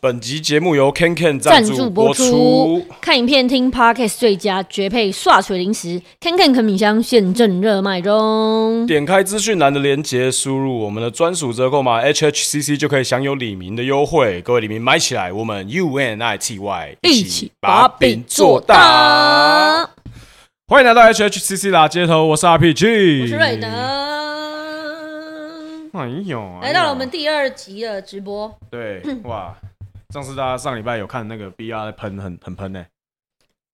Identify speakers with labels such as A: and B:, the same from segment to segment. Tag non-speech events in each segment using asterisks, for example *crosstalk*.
A: 本集节目由 Ken Ken
B: 赞
A: 助
B: 助播
A: 出
B: 出。，看影片听 Podcast 最佳绝配刷水零食，Ken Ken 啃饼箱现正热卖中。
A: 点开资讯栏的链接，输入我们的专属折扣码 HHCC 就可以享有李明的优惠。各位李明买起来，我们 UNITY
B: 一起把饼做
A: 大。
B: 大。
A: 欢迎来到 HHCC 啦街头，我是 RPG，
B: 我是瑞德。
A: 哎呦，
B: 来到
A: 哎
B: 了
A: 呦
B: 我们第二集的直播，
A: 对
B: *laughs*
A: 哇，上次大家上礼拜有看那个 BR 在喷，很很喷呢、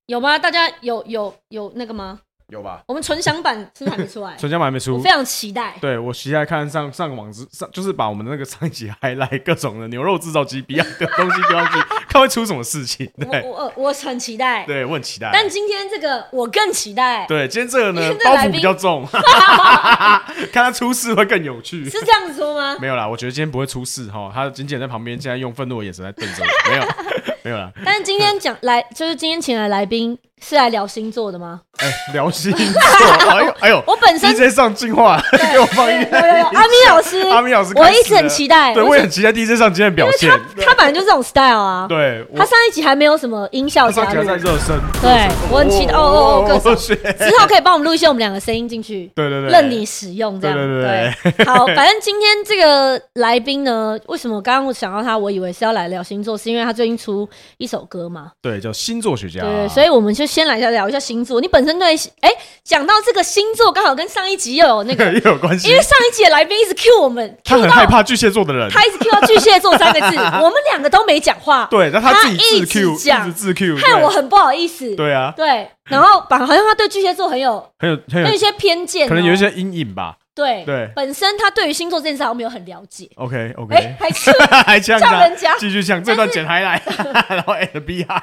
B: 有吗？大家有有有那个吗？
A: 有吧？
B: 我们纯享版是不是还没 *laughs* 出来？
A: 春江版还没
B: 我
A: 出
B: 非，常期待。
A: 对我期待看上上网之上，就是把我们的那个上一集 *laughs* 还来各种的牛肉制造机 BR 的东西丢上去， *laughs* 看会出什么事情。
B: 我
A: 对
B: 我呃我很期待。
A: *laughs* 对，我很期待。啊
B: 但今天这个我更期待，
A: 对，今天这个
B: 因
A: 呢
B: 为这
A: 包
B: 来
A: 袱
B: 宾
A: 比较
B: *laughs*
A: 重， *laughs* 看他出事会更有趣。
B: 是这样说吗？
A: 没有啦，我觉得今天不会出事哈。他仅仅在旁边，现在用愤怒的眼神在瞪着我。没有， *laughs* 没有啦。
B: 但是今天讲来，就是今天请来来宾是来聊星座
A: *laughs*
B: 的吗？
A: 哎，聊星
B: *laughs*
A: 座，哎呦哎呦，
B: 我本身
A: 直接上进化， *laughs* 给我放一
B: 有有有阿咪老师，
A: 阿米老师开
B: 我
A: 始了，
B: 一直很期待，
A: 对，
B: 我
A: 我也
B: 想
A: 很期待 DJ 上今天的表现
B: 因为。他他本来就是这种 style 啊，
A: 对，我
B: 他上一集还没有什么音效
A: 他上
B: 加
A: 起来
B: 入
A: 在，热身，
B: 对我很期待哦哦哦，各种
A: 学，对
B: 之后可以帮我们录一些我们两个声音进去，
A: 对对，
B: 任你使用
A: 对
B: 这样，
A: 对 *laughs*
B: 对。好，反正今天这个来宾呢，为什么刚刚我想到他，我以为是要来聊星座，是因为他最近出一首歌嘛，
A: 对叫星座学家，
B: 对，所以我们就先来聊一下星座。你本身对，哎，讲到这个星座，刚好跟上一集又有那个，
A: 也有关系
B: 因。为上一集的来宾一直 Q 我们，
A: 他
B: Q
A: 很
B: 到
A: 害怕巨蟹座的人，
B: 他一直 Q 到巨蟹座三
A: *laughs*
B: 个字，我们两个都没讲话，
A: 对，但他自
B: 他
A: 己
B: 一
A: 自
B: 直
A: Q，一
B: 讲
A: 直自 Q，
B: 害
A: 对
B: 我很不好意思。
A: 对啊，
B: 对然后反好像他对巨蟹座很有
A: 很有很
B: 有一
A: 有，
B: 些偏见哦、
A: 可能有一些阴影吧。
B: 对
A: 对
B: 本身他对于星座这件事好像没有很了解。
A: OK OK，
B: 哎、还是
A: 还呛
B: 叫
A: 他
B: 人家，
A: 继续呛，这段剪还来，然后 at B R，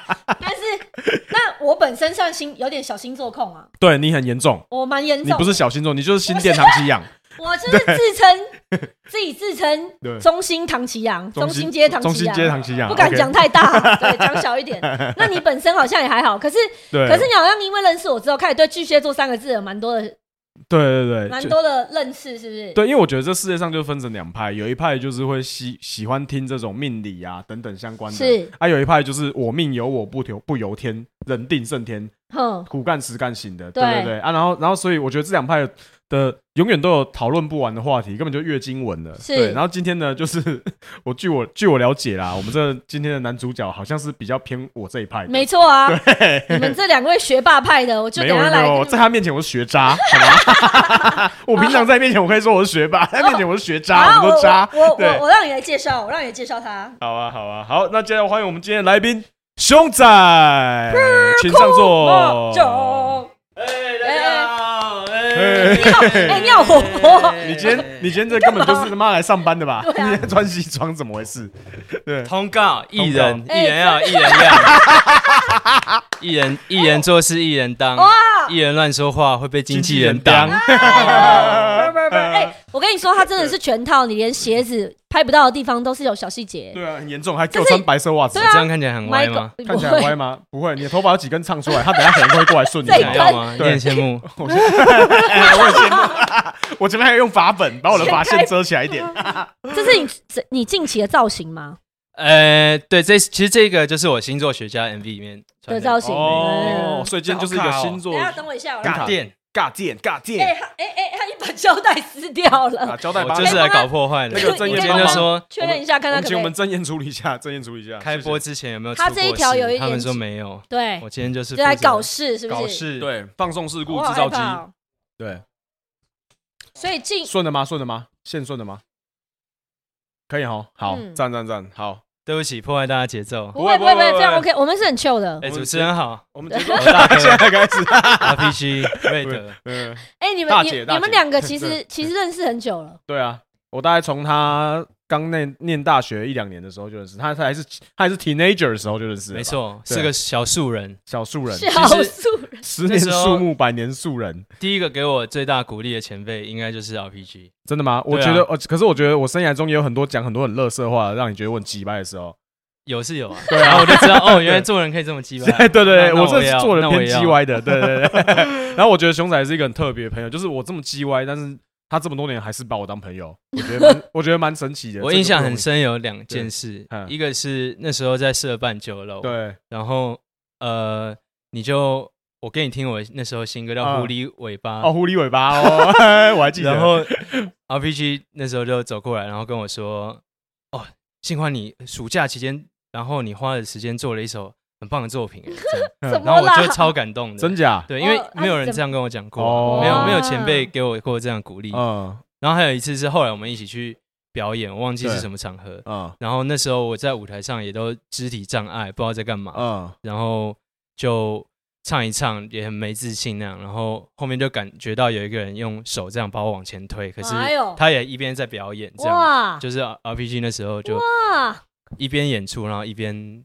A: *laughs*
B: 但是那我本身算星有点小星座控啊，
A: 对你很严重，
B: 我蛮严
A: 你
B: 重
A: 不是
B: 的，
A: 小星座，你就是新店唐奇阳，
B: 我就是自称自己自称
A: 对
B: 中心唐奇阳，中心街唐
A: 中
B: 奇
A: 心街
B: 阳。
A: 唐奇阳，
B: 不敢
A: OK
B: 讲太大，对，讲小
A: *laughs*
B: 一点。那你本身好像也还好，可是
A: 对，
B: 可是你好像因为认识我之后，开始对巨蟹座三个字有蛮多的、
A: 对对对，
B: 蛮
A: 就
B: 多的认识，是不是？
A: 对，因为我觉得这世界上就分成两派，有一派就是会喜喜欢听这种命理啊等等相关的，
B: 是，
A: 啊，有一派就是我命由我不由不由天，人定胜天，
B: 哼，
A: 苦干实干型的，对
B: 对
A: 对对啊，然后然后所以我觉得这两派的的永远都有讨论不完的话题，根本就越经文了。
B: 是
A: 对，然后今天呢，就是 *laughs* 我据我据我了解啦，我们这今天的男主角好像是比较偏我这一派的，
B: 没
A: *laughs*
B: 错啊。你们这两位学霸派的，我就
A: 没
B: 等
A: 有
B: 下
A: 没
B: 来
A: 有，
B: 跟你
A: 在他面前我是学渣，好吗？ *laughs* 我平常在面前我可以说我是学霸，在他面前我是学渣，
B: 好，
A: 我们
B: 啊我
A: 都渣。
B: 我我
A: 对
B: 我我让你来介绍，我让你来介绍他。
A: 好啊，好啊，好，那接下来欢迎我们今天的来宾熊仔，请上座。 *laughs*
B: 就
C: 哎，大家好！
A: 哎
C: 哎，
B: 你好，哎，你好活泼，
C: 哎
A: 你今
C: *laughs*
A: 天你今天这根本就是他妈来上班的吧？
B: 对啊
A: 你在穿西装怎么回事？对，
C: 通告，艺人，
B: 告
C: 艺人要，艺人要， *laughs* 艺人，艺人做事一人当，艺人乱说话会被经纪人当。
B: 哎不是不是哎，我跟你说，他真的是全套，你连鞋子拍不到的地方都是有小细节。
A: 对啊，很严重，还给我穿白色袜子
B: 对，
C: 这
B: 啊
C: 样看起来很歪吗？
B: Michael-
A: 看起来很歪吗？不会，你的头发有几根唱出来，他等下可能会过来顺
B: *laughs*
A: 你。
B: 这
C: 你
B: 一
A: 好
B: 根
A: 不好
C: 要吗？你
A: 对
C: 很
B: *laughs*
C: 羡慕。
A: 我前面还有用发粉把我的发线遮起来一点。
B: 不会 *laughs* 这是你这你近期的造型吗？
C: 呃，对，这其实这个就是我星座学家 MV 里面穿
B: 的造型。
A: 哦
B: 嗯，
A: 所以今天就是一个星
B: 等
A: 座
B: 一下等我一下，我来
A: 尬
C: 卡店，
A: 尬电尬电
B: 哎他哎哎，他已经把胶带撕掉
A: 啊，
B: 了，
A: 胶带
C: 我
A: 把
C: 就是来搞破坏的。
A: 那个
C: 我
A: 郑
C: 今
A: 业
C: 天
A: 帮
C: 就
A: 忙
C: 说
B: 确认一下，看
A: 我
B: 他
A: 们
B: 可
A: 请我
B: 哎不可
A: 们
B: 以？
A: 郑燕处理一下，郑燕处理一下。
C: 开
A: 谢
C: 播
A: 谢
C: 之前有没有出
B: 他
C: 过
B: 这一条有一
C: 事他们
B: 点
C: 说没有，
B: 对
C: 我，今天就是
B: 就来
C: 负责
B: 搞事，是不是？
C: 搞事，
A: 对放送事故
B: 我
A: 制
B: 好
A: 造
B: 害
A: 机，
B: 怕哦
A: 对
B: 所以进
A: 顺的吗？顺的吗？线顺的吗？可以哦，好，
B: 嗯
A: 赞赞赞，好，
C: 对不起，破坏大家节奏。
B: 不会
A: 不
B: 不
A: 会不
B: 会不
A: 会
B: 会，非常
A: 不会
B: OK，我们是很 chill 的。
A: 我
C: 哎，
A: 们
C: 主持
A: 直
C: 人好，
A: *laughs* 我
B: *laughs*
A: 们结束
C: 我是大
A: 现
C: 哥
A: 在 *laughs* 开始，啊
C: RPG 瑞德。
A: 嗯，
B: 哎，你
A: 大
B: 们你
A: 姐大姐
B: 你们两个
A: *laughs*
B: 其实其实认识很久了，
A: 对啊，我大概从他刚念念大学一两年的时候就认识他，他还是他还是 teenager 的时候就认识，
C: 没，错，
A: 对
C: 是个小树人。
A: 小树人，
B: 是啊好素
A: *laughs*
B: 人。
A: 十年
C: 那时候
A: 树木，百年树人，
C: 第一个给我最大鼓励的前辈，应该就是 RPG。
A: 真的吗？我
C: 对啊
A: 觉得，呃，可是我觉得我生涯中也有很多讲很多很乐色话，让你觉得我很鸡掰的时候。
C: 有是
A: *laughs*
C: 有啊，然后我就知道，哦，原来做人可以这么 *laughs* 鸡
A: 对啊
C: 巴。
A: 对对，我
C: 那那我
A: 这
C: 也
A: 是
C: 要
A: 做人
C: 那我
A: 偏
C: 也
A: *laughs*
C: 要 *laughs*
A: 鸡歪的，对对对。然后我觉得熊仔是一个很特别的朋友，就是我这么鸡歪，但是他这么多年还是把我当朋友，我觉
C: *laughs*
A: 得蛮我觉得蛮神奇的。
C: 我
A: 这个
C: 印象
A: 不
C: 很
A: 容易，
C: 深，有两件事
A: 对，嗯
C: 一个是那时候在社办酒楼，，
A: 对，
C: 然后呃，你就我给你听我那时候新歌叫
A: 嗯
C: 《狐狸尾巴》，
A: 哦，狐狸尾巴哦，嘿我还记得。
C: 啊然后 RPG 那时候就走过来，然后跟我说：“哦，幸欢你暑假期间，然后你花了时间做了一首很棒的作品。”这样
A: 嗯
B: 怎
C: 然
B: 么
C: 后我
B: 啦？
C: 就超感动的，
A: 真假？
C: 对，因为
B: 哦啊
C: 没有
B: 你
C: 人
B: 怎
C: 这样跟我讲过，
A: 哦
C: 没有没有
B: 哇
C: 前辈给我过这样鼓励。
A: 嗯
C: 然后还有一次是后来我们一起去表演，我忘记是
A: 对
C: 什么场合。
A: 嗯
C: 然后那时候我在舞台上也都肢体障碍，不知道在干嘛，
A: 嗯，
C: 然后就唱一唱，也很没自信那样。然后后面就感觉到有一个人用手这样把我往前推，可是
B: 哎呦
C: 他也一边在表演，这样
B: 哇
C: 就是 RPG 那时候就
B: 哇，
C: 一边演出，然后一边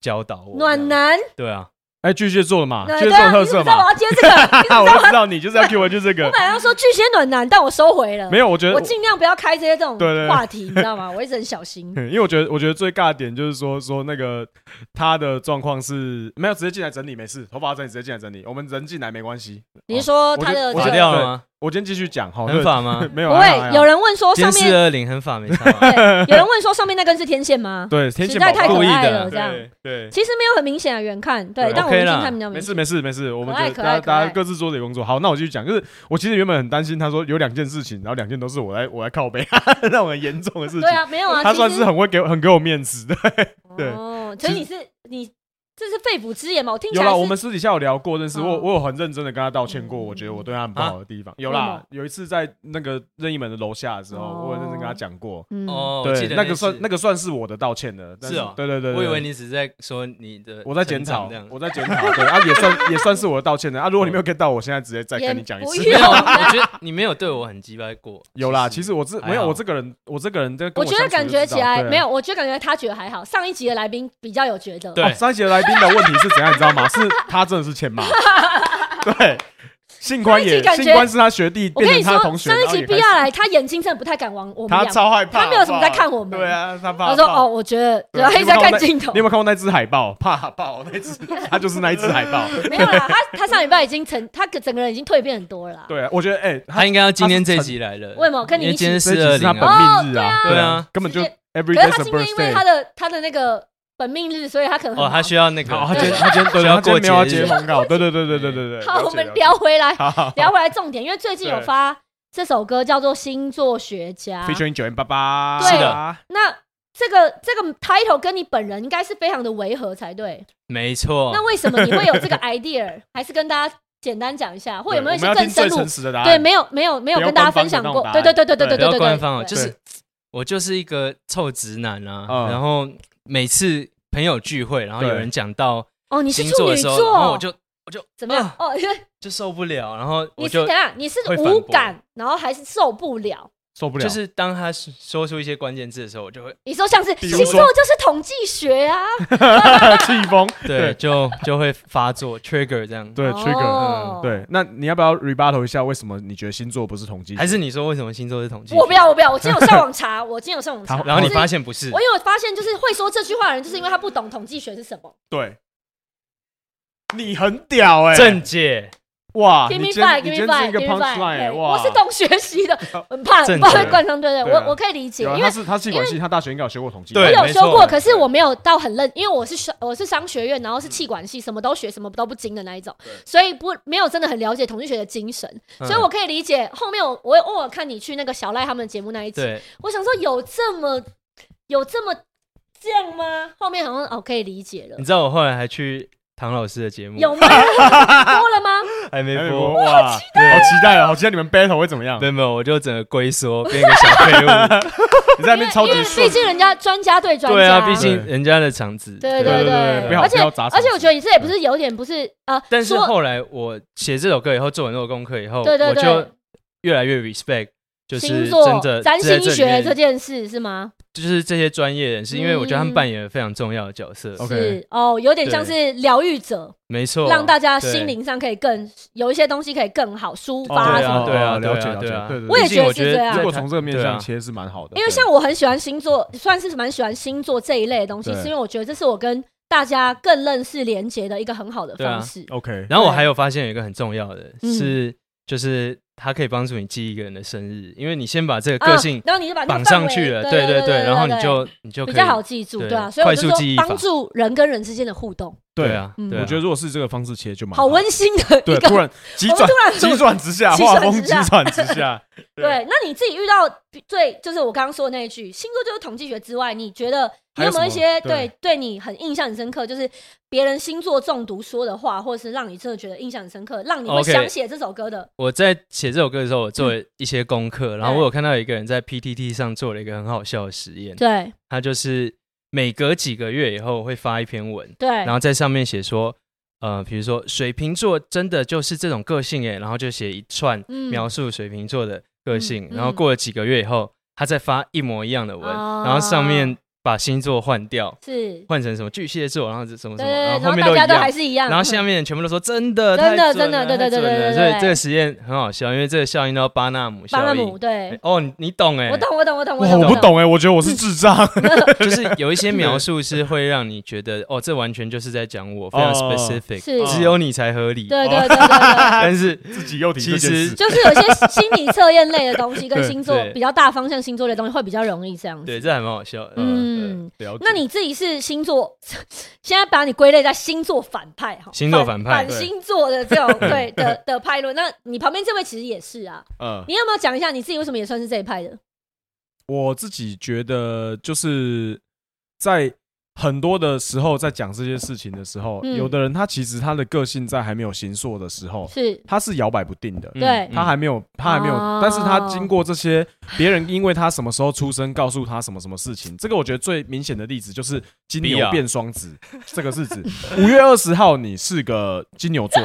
C: 教导我。
B: 暖，男，
C: 对啊，
A: 哎，巨蟹座的嘛，
B: 对
A: 巨蟹
B: 对
A: 座的特色
B: 啊，你怎么知道
A: *laughs*
B: 我
A: 嘛，
B: 要接这个？
A: 哈哈，我就知道你就是要 Q 我就是这个
B: 我。本来要说巨蟹暖男，但我收回了。
A: 没有，我觉得
B: 我尽量不要开这些这种
A: 对对对
B: 话题，你知道吗？我一直很小心。
A: *laughs* 因为我觉得，我觉得最尬的点就是说，说那个他的状况是没有直接进来整理，没事，头发整理直接进来整理，我们人进来没关系。
B: 你是说他的
A: 哦我哎觉
B: 这
C: 法
A: 得
B: 个
C: 掉了吗？
A: 我今天继续讲哈，
C: 很
A: 对？
C: 法吗
A: 没有啊
B: 不
A: 还好还
B: 会
A: 好
B: 有人问说上
C: 今四
B: 面？
C: 二零很法没差
A: *laughs*
C: 吧
B: 对有人问说上面那根是天线吗？
A: 对天
B: 实
A: 线
B: 在
A: 宝
B: 太
A: 宝
B: 可
C: 故意
B: 爱
C: 的
B: 了，这样
A: 对
B: *laughs*
A: 对，
B: 其实没有很明显啊，远看对
A: 对，
B: 但我
C: OK
B: 们已经
C: 啦
B: 看比较
A: 没
B: 明
A: 事
B: 显。
A: 没事没事，我们
B: 可爱
A: 就
B: 可
A: 大家
B: 爱可
A: 大
B: 爱
A: 家各自做自己工作。好，那我继续讲，就是我其实原本很担心，他说有两件事情，然后两件都是我来我来靠背， *laughs* 那种很严重的事情
B: 对。啊，没有啊，
A: 他
B: 其
A: 算
B: 实
A: 是很会给我很给我面子的。对
B: 哦，所以你是你这是肺腑之言嘛？我听起
A: 有
B: 来
A: 啦，
B: 是
A: 我们私底下有聊过，认识我，
B: 哦
A: 我有很认真的跟他道歉过，
B: 嗯
A: 我觉得我对他很不好的地方。有
B: 为什
A: 啦
B: 么，
A: 有一次在那个任意门的楼下的时候，
B: 哦
A: 我有认真跟他讲过。
B: 嗯
C: 哦，我
A: 对
C: 记，得
A: 那个算
C: 次
A: 那个算是我的道歉了。但
C: 是哦
A: 对对对，对
C: 我以为你只是在说你的，
A: 我在检讨
C: 这样，。
A: 我在检讨，对啊，也算也算是我的道歉的啊。如果你没有 get 到，我现在直接再跟你讲一
B: 也
A: 次
B: 不。
C: 没有，
B: 用
C: 我觉得你没有对我很鸡掰过。
A: *laughs* 有啦，其实我这
C: 还好
A: 没有我这个人，我这个人在跟
B: 我觉得
A: 相处
B: 感
A: 就知
B: 觉
A: 道
B: 起来
A: 对啊
B: 没有，我觉得感觉他觉得还好。上一集的来宾比较有觉得，
C: 对
A: 哦，上一集的来宾的问题是怎样，你知道吗？是他真的是
B: *laughs*
A: 欠骂，对。信宽
B: 上一
A: 也
B: 集，感觉
A: 信宽是他学弟，
B: 我
A: 变
B: 跟你
A: 成他
B: 说
A: 的同，学。
B: 上一
A: 然后
B: 集
A: 也
B: 毕
A: 开始
B: 亚来，他眼睛真的不太敢往我们
A: 他
B: 两个。
A: 超害怕，
B: 他没有什么在看我们
A: 对啊，他怕。
B: 他说：“
A: 怕
B: 哦，，我觉得，
A: 对啊
B: 然后一直在看镜头
A: 你有。没有看过那只海豹？怕豹那
B: *laughs*
A: 只，他就是那一只海 *laughs* 豹。”
B: 没有啦，他他上礼拜已经成，他整个人已经蜕变很多了啦。
A: 对啊，我觉得哎，
C: 他应该要今天这集来了，
B: 为什么跟你
C: 因为
B: 一起
C: 今天
A: 这
C: 四
A: 集
C: 二
A: 是
C: 零
A: 他
C: 啊，
A: 本
B: 哦
A: 命日啊，
C: 对啊，
A: 根本就
B: 直
A: every
B: 可
A: day
B: 是他
A: 's a
B: 是因为因为
A: birthday
B: 他。的他的那个本命日，所以他可能很
C: 哦，他
B: 忙啊
C: 需要那个，
A: 好，他今天他 *laughs* 今天对，
C: 需要
A: 他今天没有要啊
C: 过节
A: 接
C: 日
A: 通 *laughs* 告，对对对对对对对。
B: 好，
A: 了
B: 我
A: 解
B: 们。聊回来，
A: 好好
B: 聊回来重点，因为最近有
A: 对
B: 发这首歌叫做《星座学家》，
A: ，featuring 九零八八，
B: 对
C: 是
A: 的，
B: 那这个这个 title 跟你本人应该是非常的违和才对。
C: 没
A: 哦
C: 错
B: 那，为什么你会有
A: *laughs*
B: 这个 idea？还是跟大家简单讲一下，或有没有一
A: 对我们要
B: 些更
A: 听最
B: 深入
A: 诚？实的答案。
B: 对，没有没有没有
A: 不要
B: 跟大家
A: 官
B: 分
A: 方
B: 享
A: 的那
B: 过
A: 种。
B: 对对对对对
A: 答案
B: 对
C: 不要
B: 对
C: 官
B: 对
C: 方哦，
B: 对，
C: 就是我就是一个臭直男啊，
A: 嗯
C: 然后每次朋友聚会，然后有
A: 对
C: 人讲到
B: 哦，你是
C: 星
B: 处
C: 座的
B: 女
C: 时候，然
A: 哦
C: 后我
B: 座，
C: 就我就
B: 怎么样
C: 啊？
B: 哦， *laughs* 因为
C: 就受不了，然后
B: 你
C: 我
B: 是等
C: 就
B: 一。下你是
A: 会反驳
B: 无感，然后还是受不了。
A: 受不了，
C: 就是当他说出一些关键字的时候，我就 *laughs* 会
B: 你说像是
A: 比如
B: 星
A: 说
B: 座就是统计学啊，
A: 气疯。
C: 对就就会发作 trigger 这样。
A: *laughs* 对，trigger。嗯
B: 哦
A: 对，那你要不要 rebuttal 一下？为什么你觉得星座不是统计学？
C: 还是你说为什么星座是统计学？
B: 我不要，我不要，我今天有上网查，我今天有上网查
A: 他。
C: 然后你
B: 就是
C: 发现不是
B: 我，有发现，就是会说这句话的人，就是因为他不懂统计学是什么。
A: 对，你很屌哎、
C: 正解，
A: 哇
C: 啊
A: 你
B: Give me
A: 今天
B: five,
A: 你
B: give
A: 今天
B: me
A: 是
B: five,
A: 一个
B: give me
A: punchline，
B: five
A: 哎、
B: 对。
A: 哇，
B: 我是懂学习的，很怕很
C: 正
B: 怕
C: 确
B: 会贯通，对对，
A: 对啊
B: 我我可以理解，
A: 有啊
B: 因
A: 他
B: 为
A: 是他是气管系，他大学应该有学过统计，
C: 对
B: 我有
C: 没
B: 修
C: 错
B: 过，可是我没有到很认，因为我是商我是商学院，然后是气管系，什么都学，什么都不精的那一种，所以不没有真的很了解统计学的精神，
C: 嗯
B: 所以我可以理解。后面我我偶尔看你去那个小赖他们节目那一集，
C: 对，
B: 我想说有这么有这么这样吗？后面好像哦可以理解了
C: 你，知道我后来还去唐老师的节目，
B: 有吗？多了吗？
C: 还没
A: 哎
C: 播？
A: 哇，好期待哦，好期待你们 battle 会怎么样
C: 没？有没有，我就整个龟缩，变一个小
B: *laughs*
C: 废物。
A: 你在那边超级
B: 因为
A: 顺
B: 毕，竟人家专家对专家，
C: 对啊，毕竟
A: 对
C: 人家的场子。
B: 对
A: 对
B: 对
A: 对，不要
B: 而且
A: 不要砸场子，
B: 而且我觉得你这也不是有点不是呃，
C: 但是
B: 说
C: 后来我写这首歌以后，做很多功课以后，
B: 对对
C: 我
B: 对
C: 就越来越 respect，就是
B: 星
C: 真
B: 座
C: 的、
B: 占
C: 在
B: 星
C: 这里
B: 学这
C: 面，
B: 件事是吗？
C: 就是这些专业人士，因为我觉得他们
B: 嗯
C: 扮演了非常重要的角色。
A: OK
B: 是哦，有点像是疗愈者，
C: 没错，
B: 让大家
C: 哦对
B: 心灵上可以更有一些东西可以更好抒
A: 哦
B: 发
C: 对
B: 什么
C: 啊，
B: 的。
C: 对啊，
A: 了
C: 对
A: 解
C: 啊，
A: 了解
C: 对啊
A: 对对对
B: 我也
C: 毕竟
B: 觉得
C: 我觉
B: 是这样
A: 如
C: 得在
A: 果
C: 台
A: 从这个面
C: 对啊
A: 向切是蛮好的，
B: 因为像我很喜欢星座，算是蛮喜欢星座这一类的东西，
A: 对
B: 是因为我觉得这是我跟大家更认识连接的一个很好的
C: 对啊
B: 方式。嗯
A: OK，
C: 然后我
B: 对
C: 还有发现有一个很重要的
B: 嗯
C: 是，就是它可以帮助你记一个人的生日，因为你先把这个个性
B: 啊，然后你就把那个
C: 绑上
B: 范围
C: 去了，
B: 对
C: 对
B: 对，
C: 然后你
B: 对
C: 就你就
B: 比
C: 可以
B: 较好记住，
C: 对
B: 对啊，所以我就
C: 快速记忆
B: 说
C: 法
B: 帮助人跟人之间的互动，
C: 对啊，
B: 嗯
C: 对啊，
A: 我觉得如果是这个方式切就蛮
B: 好温馨的
A: 对
B: 一，
A: 突
B: 个。
A: 然急
B: 我们
A: 转
B: 突然
A: 急转直下，
B: *laughs* 急
A: 画
B: 转
A: 风
B: 直
A: 急
B: 下
A: 转直下，
B: 对，那你自己遇到最就是我刚刚说的那一句，星座就是统计学之外，你觉得你
A: 还
B: 有没
A: 有什么
B: 有一些
A: 对
B: 对对你很印象很深刻，就是别人星座中毒说的话，或者是让你真的觉得印象很深刻，让你会
C: OK
B: 想写这首歌的？
C: 我在写这首歌的时候，我做
B: 嗯
C: 了一些功课，然后我有看到一个人在 PTT 上做了一个很好笑的实验，
B: 对
C: 他就是每隔几个月以后会发一篇文，
B: 对，
C: 然后在上面写说，呃，比如说水瓶座真的就是这种个性耶，然后就写一串
B: 嗯
C: 描述水瓶座的个性，
B: 嗯
C: 然后
B: 嗯
C: 过了几个月以后，他再发一模一样的文，
B: 哦
C: 然后上面把星座换掉，
B: 是，
C: 换成什么巨蟹座，然后是什么什
B: 对对
C: 么，
B: 对，然
C: 后
B: 后
C: 面
B: 大
C: 一
B: 家都
C: 样
B: 还。是一样，
C: 然后下面全部都说真
B: 嗯
C: 的，
B: 真的
C: 太准
B: 真的
C: 了
B: 对对
C: 太
B: 对
C: 准
B: 对
C: 了
B: 对
C: 所以
B: 对
C: 这个实验很好笑，因为这个效应叫巴纳姆效
B: 巴
C: 应。
B: 纳姆，对
C: 哎，哦，你你懂哎，
B: 我
C: *laughs*
B: 懂，我懂， *laughs* 我懂，
A: 哇，我不。懂哎，我觉得我是智障，
C: 就是有一些描述是会让你觉得，哦，这完全就是在讲我，非
A: 哦
C: 常 specific，
B: 是
C: 只有你才合理。
B: 对对对对对，
C: 但是
A: 自己又提这件
C: 其
A: 事
C: 实，
B: 就是有些心理测验类的东
C: *laughs*
B: 西跟
A: 对
B: 星座
C: 对
B: 比较大方向星座类的东西会比较容易这样子。
C: 对，这还蛮好笑的。
B: 嗯，
C: 嗯，
A: 了解
B: 那你自己是星座，现在把你归类在星座反派哈，
C: 星座反派
B: 反
A: 对
B: 星座的这
C: *laughs*
B: 种对的的派论。那你旁边这位其实也是啊，
A: 嗯，
B: 你要不要讲一下你自己为什么也算是这一派的？
A: 我自己觉得就是在很多的时候在讲这些事情的时候，
B: 嗯
A: 有的人他其实他的个性在还没有形塑的时候，
B: 是
A: 他是摇摆不定的。
C: 嗯
B: 对
A: 他还没有，他还没有，
B: 哦
A: 但是他经过这些，别人因为他什么时候出生，告诉他什么什么事情，这个我觉得最明显的例子就是金
C: 比
A: 牛
C: 啊
A: 变双子这个日子。五月二十号你是个金牛座，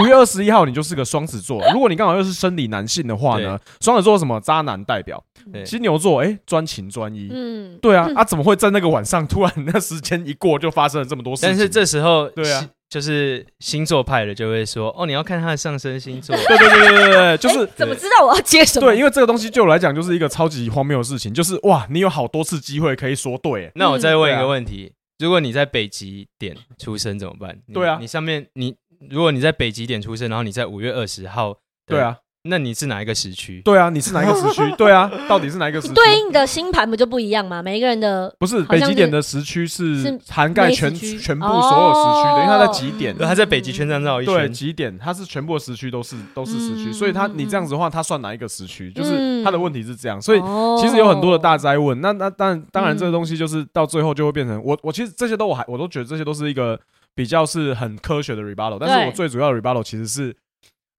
A: 五月二十一号你就是个双子座。如果你刚好又是生理男性的话呢，双子座是什么渣男代表，
C: 对
A: 金牛座哎专情专一。
B: 嗯，
A: 对啊，啊怎么会在那个晚上突然那时间一过就发生了这么多事情？
C: 但是这时候
A: 对啊
C: 是，就是星座派的就会说，哦，你要看他的上升星座。
A: 对对对对对对，就
B: 哎
A: 是
B: 怎么知道我要接什么？
A: 对，因为这个东西对我来讲就是一个超级荒谬的事情，就是哇，你有好多次机会可以说对，
C: 那我再问一
A: 对啊
C: 个问题：如果你在北极点出生怎么办？你
A: 对啊
C: 你上面你如果你在北极点出生，然后你在五月二十号，
A: 对啊，
C: 那你是哪一个时区？
A: 对啊，你是哪一个时 *laughs* 区？对啊，到底是哪一个时区？
B: 对应的星盘不就不一样吗？每一个人的
A: 不是
B: 好
A: 北
B: 像
A: 极
B: 是
A: 点的时区是
B: 是
A: 涵盖
B: 每
A: 全
B: 时区
A: 全部所有时区的，因为它在极点
B: 哦。
C: 呃他在北极圈上绕一
A: 对
C: 圈，
A: 极点，它是全部的时区都是都是时区，
B: 嗯
A: 所以它
B: 嗯
A: 你这样子的话，它算哪一个时区？就是
B: 嗯
A: 它的问题是这样，所以
B: 哦
A: 其实有很多的大灾问。那那当然当然，这个
B: 嗯
A: 东西就是到最后就会变成我我其实这些都我还我都觉得这些都是一个比较是很科学的 rebuttal，但是
B: 对
A: 我最主要的 rebuttal 其实是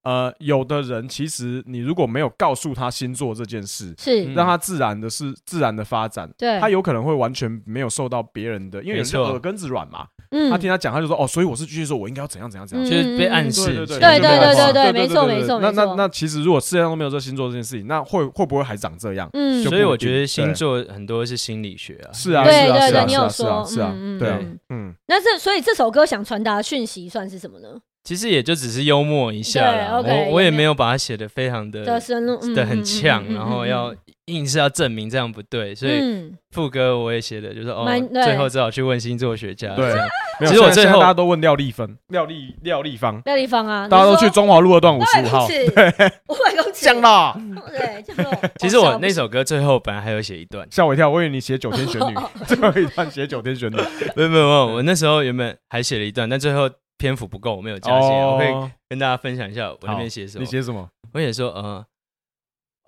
A: 呃，有的人其实你如果没有告诉他星座这件事，
B: 是
A: 让他自然的是自然的发展。
B: 嗯对，
A: 嗯他有可能会完全没有受到别人的，因为有人
C: 没
A: 就
C: 错
A: 耳根子软嘛。
B: 嗯
A: 他听他讲，他就说哦，所以我是巨蟹座，我应该要怎样怎样怎样。
C: 就是被暗
B: 嗯嗯嗯
C: 示
A: 对对。对
B: 对
C: 就被暗示
B: 对对对
A: 对
B: 没错没错
A: 那
B: 没
A: 那
B: 错
A: 那其实如果世界上都没有这星座这件事情，那会会不会还长这样？
B: 嗯
A: 就
C: 所以
A: 不
C: 我
A: 一定
C: 觉得星
A: 对
C: 座很多是心理学啊，
A: 是啊，
B: 对
A: 是啊是
B: 对
A: 啊
B: 对你
A: 是啊
B: 有
A: 是啊
B: 说
A: 是啊，
B: 嗯嗯
A: 对啊
B: 嗯，
A: 嗯，
B: 那这所以这首歌想传达的讯息算是什么呢？
C: 其实也就只是幽默一下啦。
B: 对，OK，
C: 我我也
B: 也没
C: 没有把它写的非常的
B: 的深入嗯
C: 的很
B: 嗯
C: 呛，
B: 嗯嗯
C: 然后
B: 嗯
C: 要硬是要证明这样不对，所以
B: 嗯
C: 副歌我也写的就是哦
B: 蛮，对
C: 最后只好去问星座学
A: *laughs*
C: 家。
A: 对
C: 这样，
A: 没有
C: 其实我
A: 现在
C: 最
A: 现在
C: 后
A: 大家都问廖丽芬、廖丽廖丽芳，
B: 那地方啊，哦
A: 大家都去中华路二段五
B: 五
A: 十五号，
B: 五百公尺，
A: 降啦！，
B: 对，降落。
C: 其实我
B: 哦
C: 那首歌最后本来还有写一段
A: 吓我一跳，我以为你写九天玄女，
B: 哦
A: 最后一段写九天玄 *laughs* 女，
C: 没有没有没有，我那时候原本还写了一段，但最后篇幅不够，我没有加写。我会
A: 哦，
C: 跟大家分享一下我那边写什么
A: 你。写什么？
C: 我写说呃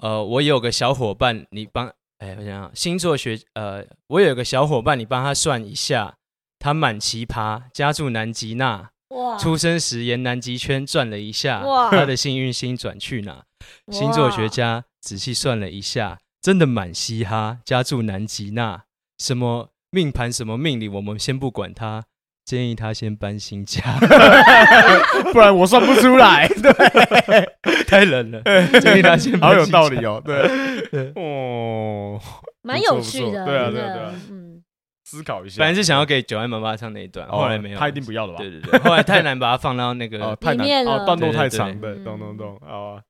C: 呃，我有个小伙伴，你帮哎，我想想，星座学呃，我有个小伙伴，你帮他算一下，他满奇葩，家住南极那。
B: 哇
A: 啊
C: 出生时沿南极圈转了一下，
B: 哇
C: 他的幸运星转去哪？星座学家仔细算了一下，真的蛮嘻哈，家住南极那。什么命盘什么命理，我们先不管他，建议他先搬新家， *laughs*
A: 不然我算不出 *laughs* 来，对，
C: 太
A: *laughs*
C: 冷了，建议他先搬
A: 好有
C: 新
A: 道
C: 家
A: 理哦，对，哦，
B: 蛮有趣
A: 不错不错
B: 的，
A: 对啊
B: 真
A: 对啊
B: 的
A: 对啊
B: 嗯，
A: 思考一下，
C: 本来是想要给九安妈妈唱那一段，
A: 哦
C: 后来没有，
A: 他一定不要了吧？
C: 对对对，后来太难把它放到那
A: 哦
C: 个，
A: 太
B: 里面
A: 难，
B: 了嗯
A: 哦，段落太长，
B: 对
A: 对
B: 对，对
A: 懂懂懂，好啊，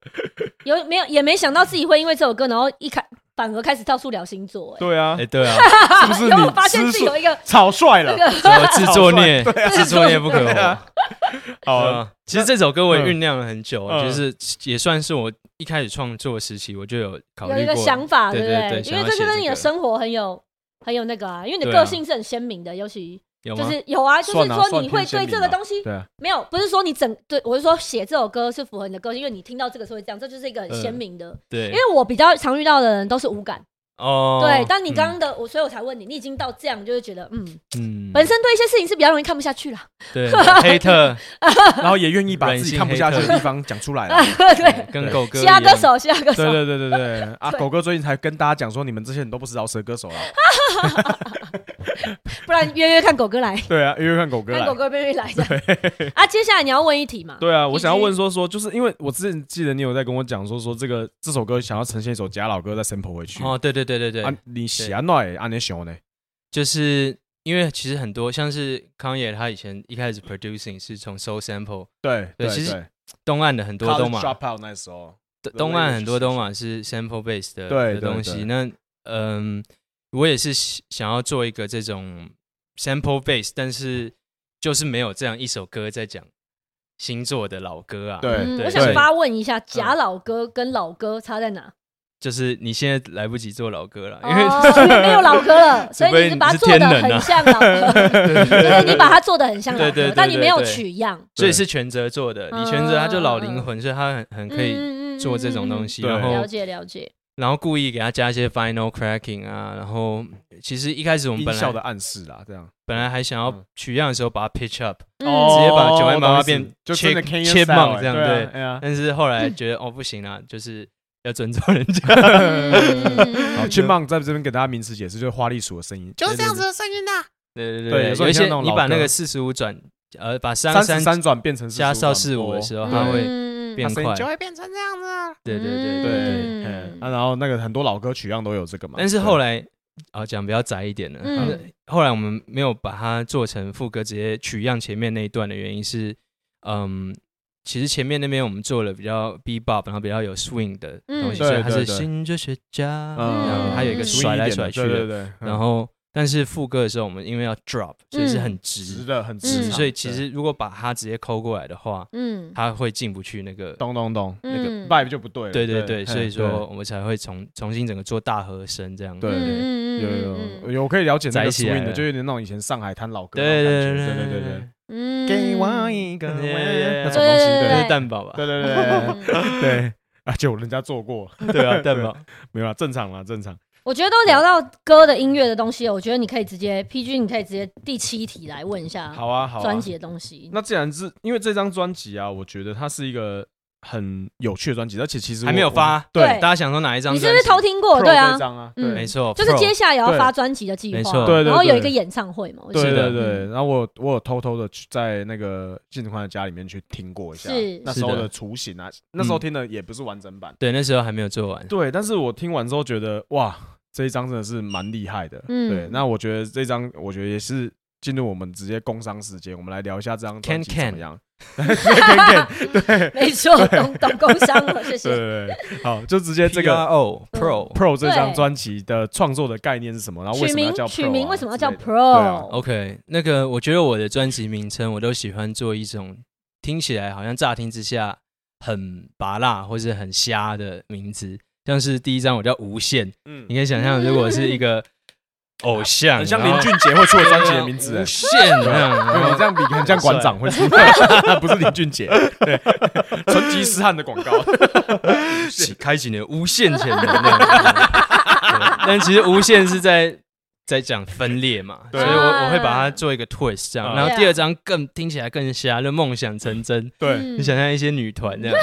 B: 有没有也没想到自己会因为这首歌，然后一开反而开始到处聊星座，哎，
A: 对啊
C: 哎，，对啊，
A: 是不是
B: 因为我
A: 你
B: 发现
A: *laughs* 吃
B: 自己
A: 素
B: 有一个
A: 草率了？
C: 什么自作孽，自作孽不可
A: 啊对
C: 活
A: 啊。
C: 对
D: 好，
C: 啊，其实这首歌我也
A: 嗯
C: 酝酿了很久，
D: 嗯
C: 就是也算是我一开始创作时期我就有考虑
B: 有一个
C: 过
B: 想法，
C: 对
B: 不
C: 对对
B: 因为
C: 想要
B: 这
C: 写
B: 就跟
C: 这
B: 你的
C: 个
B: 生活很有很有那个啊，因为你的
C: 对
B: 个
C: 啊
B: 性是很鲜明的，尤其
C: 有吗？
B: 就是有啊，就是
A: 算啊
B: 说
A: 算
B: 你
A: 偏
B: 会
A: 鲜
B: 对
A: 明
B: 这个
A: 吧
B: 东西
A: 对啊，
B: 没有，不是说你整对我是说写这首歌是符合你的个性，因为你听到这个是会这样，这就是一个很鲜
C: 嗯
B: 明的。
C: 对，
B: 因为我比较常遇到的人都是无感，
C: 哦，
B: 对，但你刚刚
C: 嗯
B: 的我，所以我才问你，你已经到这样，就是觉得嗯，
C: 嗯
B: 本身对一些事情是比较容易看不下去
C: *laughs*
B: 啦。
C: 对黑特
A: 然后也愿意把自己看不下去的地方讲出来啊了。
B: 对，
C: 跟狗哥
B: 其他
C: 嗯一
B: 歌
C: 样
B: 手，其他歌
A: *laughs*
B: 手
A: 对，对对对
C: *laughs*
A: 对，啊，狗哥最近才跟大家讲说，你们这些人都不是饶舌歌手啦。
B: 不然约约看狗哥来，
A: 对啊，因为看狗哥
B: 看
A: 来
B: 狗。哥愿不愿意来这样。啊，接下来你要问一题
C: *laughs*
B: 嘛？
A: 对啊，我
B: 以及
A: 想要问说说，就是因为我之前记得你有在跟我讲说说这个这首歌想要呈现一首假老歌再 sample 回去
C: 哦，对对对对对，
A: 啊，你喜欢哪按你想呢？
C: 就是因为其实很多像是康也他以前一开始 producing 是从 soul sample
A: 对
C: 对其实东岸的很多都嘛
A: College Dropout 那时候，
C: 东东岸很多都嘛是 sample base 的
A: 对对
C: 的东
A: 对
C: 西。那嗯，我也是想想要做一个这种 sample base，但是就是没有这样一首歌在讲星座的老歌啊。
A: 对
B: 嗯，
C: 对
B: 我想
C: 对嗯
B: 发问一下，假老歌跟老歌差在哪？
C: 就是你现在来不及做老歌 *laughs* 了，因为、
B: 哦，因为没有老歌
C: *laughs*
B: 了，所以
C: 非
B: 你是把它
C: 你是
B: 做的
C: 天能啊
B: 很像老
C: *laughs*
B: 歌，就是你把它做的很像老
C: 对对
B: 歌
C: 对，
B: 但你没有
C: 对对
B: 取样。
C: 所以是全责做的。李全责他就老灵魂，所以他很很可以
B: 以
C: 做这种东。西，
A: 嗯嗯嗯
C: 然
B: 嗯嗯了
C: 后
B: 解了解，
C: 然后故意给他加一些 final cracking 啊，然后其实一开始我们
A: 音
C: 本
A: 效的
C: 来
A: 暗示啦，这样
C: 本来还想
A: 嗯
C: 要取样的时候把它 pitch up，
B: 嗯
C: 直接把九
A: 我
C: 万
A: 哦懂
C: 八八
A: 意思
C: 变
A: 就真的 Kanye
C: chip-
A: style，
C: chipmunk
A: 哎
C: 这样
A: 对啊
C: 对
A: 哎呀，
C: 但是后来觉得哦不行啦，就是要尊重人家。
A: 好 *laughs*
B: 嗯
A: ，chipmunk 在这边给大家名词解释，就是花栗鼠的声音，
C: 哦就是这样子的声啊音呐。对
A: 对
C: 对
A: 有
C: 对
A: 时候
C: 对，有
A: 像
C: 一些
A: 那种
C: 你
A: 老
C: 把那
A: 歌
C: 个四十五转，呃，把三
A: 三十三转变成
C: 加到四
A: 四
C: 五的时
A: 候，
B: 嗯
C: 候，它会
B: 嗯嗯
C: 变
A: 它声音
C: 快。
A: 就
C: 会变成这样子。对啊对对对对。
B: 嗯
A: 对，哎啊，然后那个很多老歌取样都有这个嘛，
C: 但是后
A: 来
C: 来啊，讲比较窄一点的，
B: 嗯
C: 后来我们没有把它做成副歌，直接取样前面那一段的原因是，嗯，其实前面那边我们做了比较 b b o p 然后比较有 swing 的东
B: 嗯
C: 西，所以它
A: 对对
C: 是
A: 对
C: 新哲学家，
A: 嗯
C: 然后它有一个
B: 嗯
C: 甩来甩去
A: 对
C: 的
A: 对，对，
C: 然
A: 后
C: 后但是副歌的时候我们因为要 drop，所以是
B: 嗯
C: 很
A: 直
C: 直，
A: 的很
B: 嗯
A: 直，
C: 所以其实如果把它直接抠过来的话，
B: 嗯，
C: 它会进不去那个。
A: 咚咚咚
C: 那个
B: 嗯
A: vibe 就不对了，
C: 对对
A: 对，
C: 对，所以说我们才会重重新整个做大和声这样。
A: 对
B: 嗯
A: 对
B: 嗯嗯
A: 有有
B: 嗯
A: 有有，我可以了解那个
C: 载起来
A: swing 的，
C: 了
A: 就有点那种以前上海滩老歌那种
C: 对对
A: 感觉对
C: 对嗯
A: 对对对，
B: 嗯
A: 给我一个
C: 对
A: 吻那
C: 对
A: 种东西，对
C: 那
B: 对
C: 是蛋堡吧？
A: 对对对 *laughs* 对
B: 嗯
A: 对，而且我人家做过，
C: 对啊，蛋堡。
A: 没有啦，正常啦，正常。
B: 我觉得都聊到歌的音乐的东西了，我觉得你可以直接 PG，你可以直接第七题来问一下
A: 好啊，好啊。
B: 专辑的东西。
A: 那既然是因为这张专辑啊，我觉得它是一个很有趣的专辑，而且其实我
C: 还没有发
A: 我对
B: 对
C: 大家想说哪一张
B: 你
C: 专辑？
B: 是不是偷听过？
A: Pro
B: 对啊
A: 这，张啊，
B: 嗯
A: 对
C: 没错，
B: 就是
C: Pro
B: 接下来也要
A: 对
B: 发专辑的计
C: 没
B: 划，
C: 错
A: 对对
B: 然后有一
A: 对
B: 个演唱会嘛，我记
A: 对
C: 是
B: 得
A: 对
C: 的
A: 对。然后我有我有偷偷的去在那个静坤的家里面去听过一下
B: 是
A: 那时候
C: 是
A: 的
C: 的
A: 雏形啊，那时候听的嗯也不是完整版。
C: 对，那时候还没有做完。
A: 对，但是我听完之后觉得哇，这一张真的是蛮厉害的。
B: 嗯
A: 对，那我觉得这张我觉得也是进入我们直接工商时间，我们来聊一下这张专辑
C: Can
A: 怎
C: can
A: 么样。Can can，
B: *laughs* 没错，懂懂工
A: *laughs*
B: 商了，谢
A: 对
B: 谢。
A: 对对，好，就直接这个哦
C: O
B: 嗯
C: Pro
A: Pro 这张
B: 对
A: 专辑的创作的概念是什么？然后为
B: 取
A: 什么要
B: 名
A: 叫 Pro？、啊、
B: 取名为什么要叫
A: 之类的对啊
B: Pro？
C: OK，那个我觉得我的专辑名称我都喜欢做一种听起来好像乍听之下很拔辣或是很瞎的名字，像是第一张我叫无限，
A: 嗯
C: 你，可以想象如果是一
A: *laughs*
C: 个偶像，
A: 很像
C: 然后
A: 林俊杰会出的专辑的名 *laughs* 字、
C: 无
A: 欸。
C: 限这样，啊然
A: 对
C: 后
A: 你这样比很像馆长
C: *laughs*
A: 会出， *laughs* 不是林俊杰，对， *laughs* 成吉思汗的广
C: *laughs*
A: 告，
C: 启开启你的无限潜能。对但其实无限是在在讲分裂嘛，
A: 对
C: 所以我
B: 啊
C: 我会把它做一个 twist 这样。
A: 啊
C: 然后第
B: 对啊
C: 二章更听起来更瞎，就梦想成真。
A: 对，
B: 嗯
C: 你想象一些女团这
B: *laughs*
C: 样，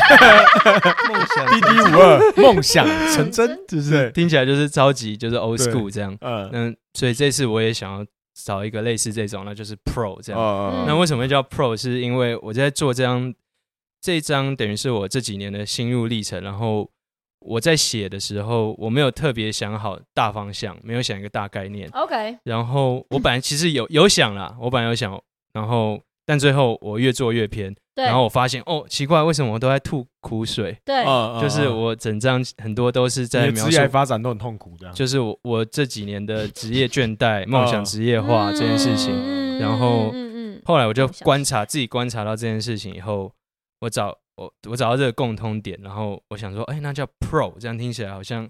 C: 梦想 *laughs*
A: 滴滴五二梦想成真，就是
C: 听起来就是超级就是 old
A: 对
C: school 这样。
A: 呃
C: 嗯，所以这次我也想要找一个类似这种，那就是 pro 这样。
A: 呃
C: 那为什么会叫 Pro？是因为我在做这张这张，等于是我这几年的心路历程。然后我在写的时候，我没有特别想好大方向，没有想一个大概念。
B: OK，
C: 然后我本来其实有有想啦，我本来有想，然后但最后我越做越偏，
B: 对
C: 然后我发现哦，奇怪，为什么我都在吐苦水？
B: 对，
A: 呃
C: 就是我整张很多都是在
A: 在
C: 描
A: 职
C: 述
A: 业发展都很痛苦的， *laughs*
C: 就是我
A: 嗯
C: 我这几年的职业倦怠、梦想职业化这件事情。
B: 嗯
C: 然后
B: 嗯嗯嗯
C: 后来我就
B: 我想
C: 观察自己观察到这件事情以后，我找我我找到这个共通点，然后我想说，哎、那叫 Pro，这样听起来好像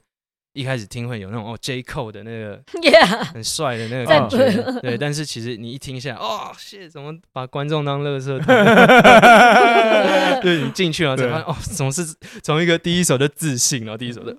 C: 一开始听会有那种哦 J Cole 的那个
B: 嗯 *laughs* Yeah，
C: 很帅的那个
A: 赞
C: 感觉，对。但是其实你一听下来，哦，shit，怎么把观众当乐色？
A: *laughs*
C: 对你进去了才发现，哦，总是从一个第一首的自信，然后第一首的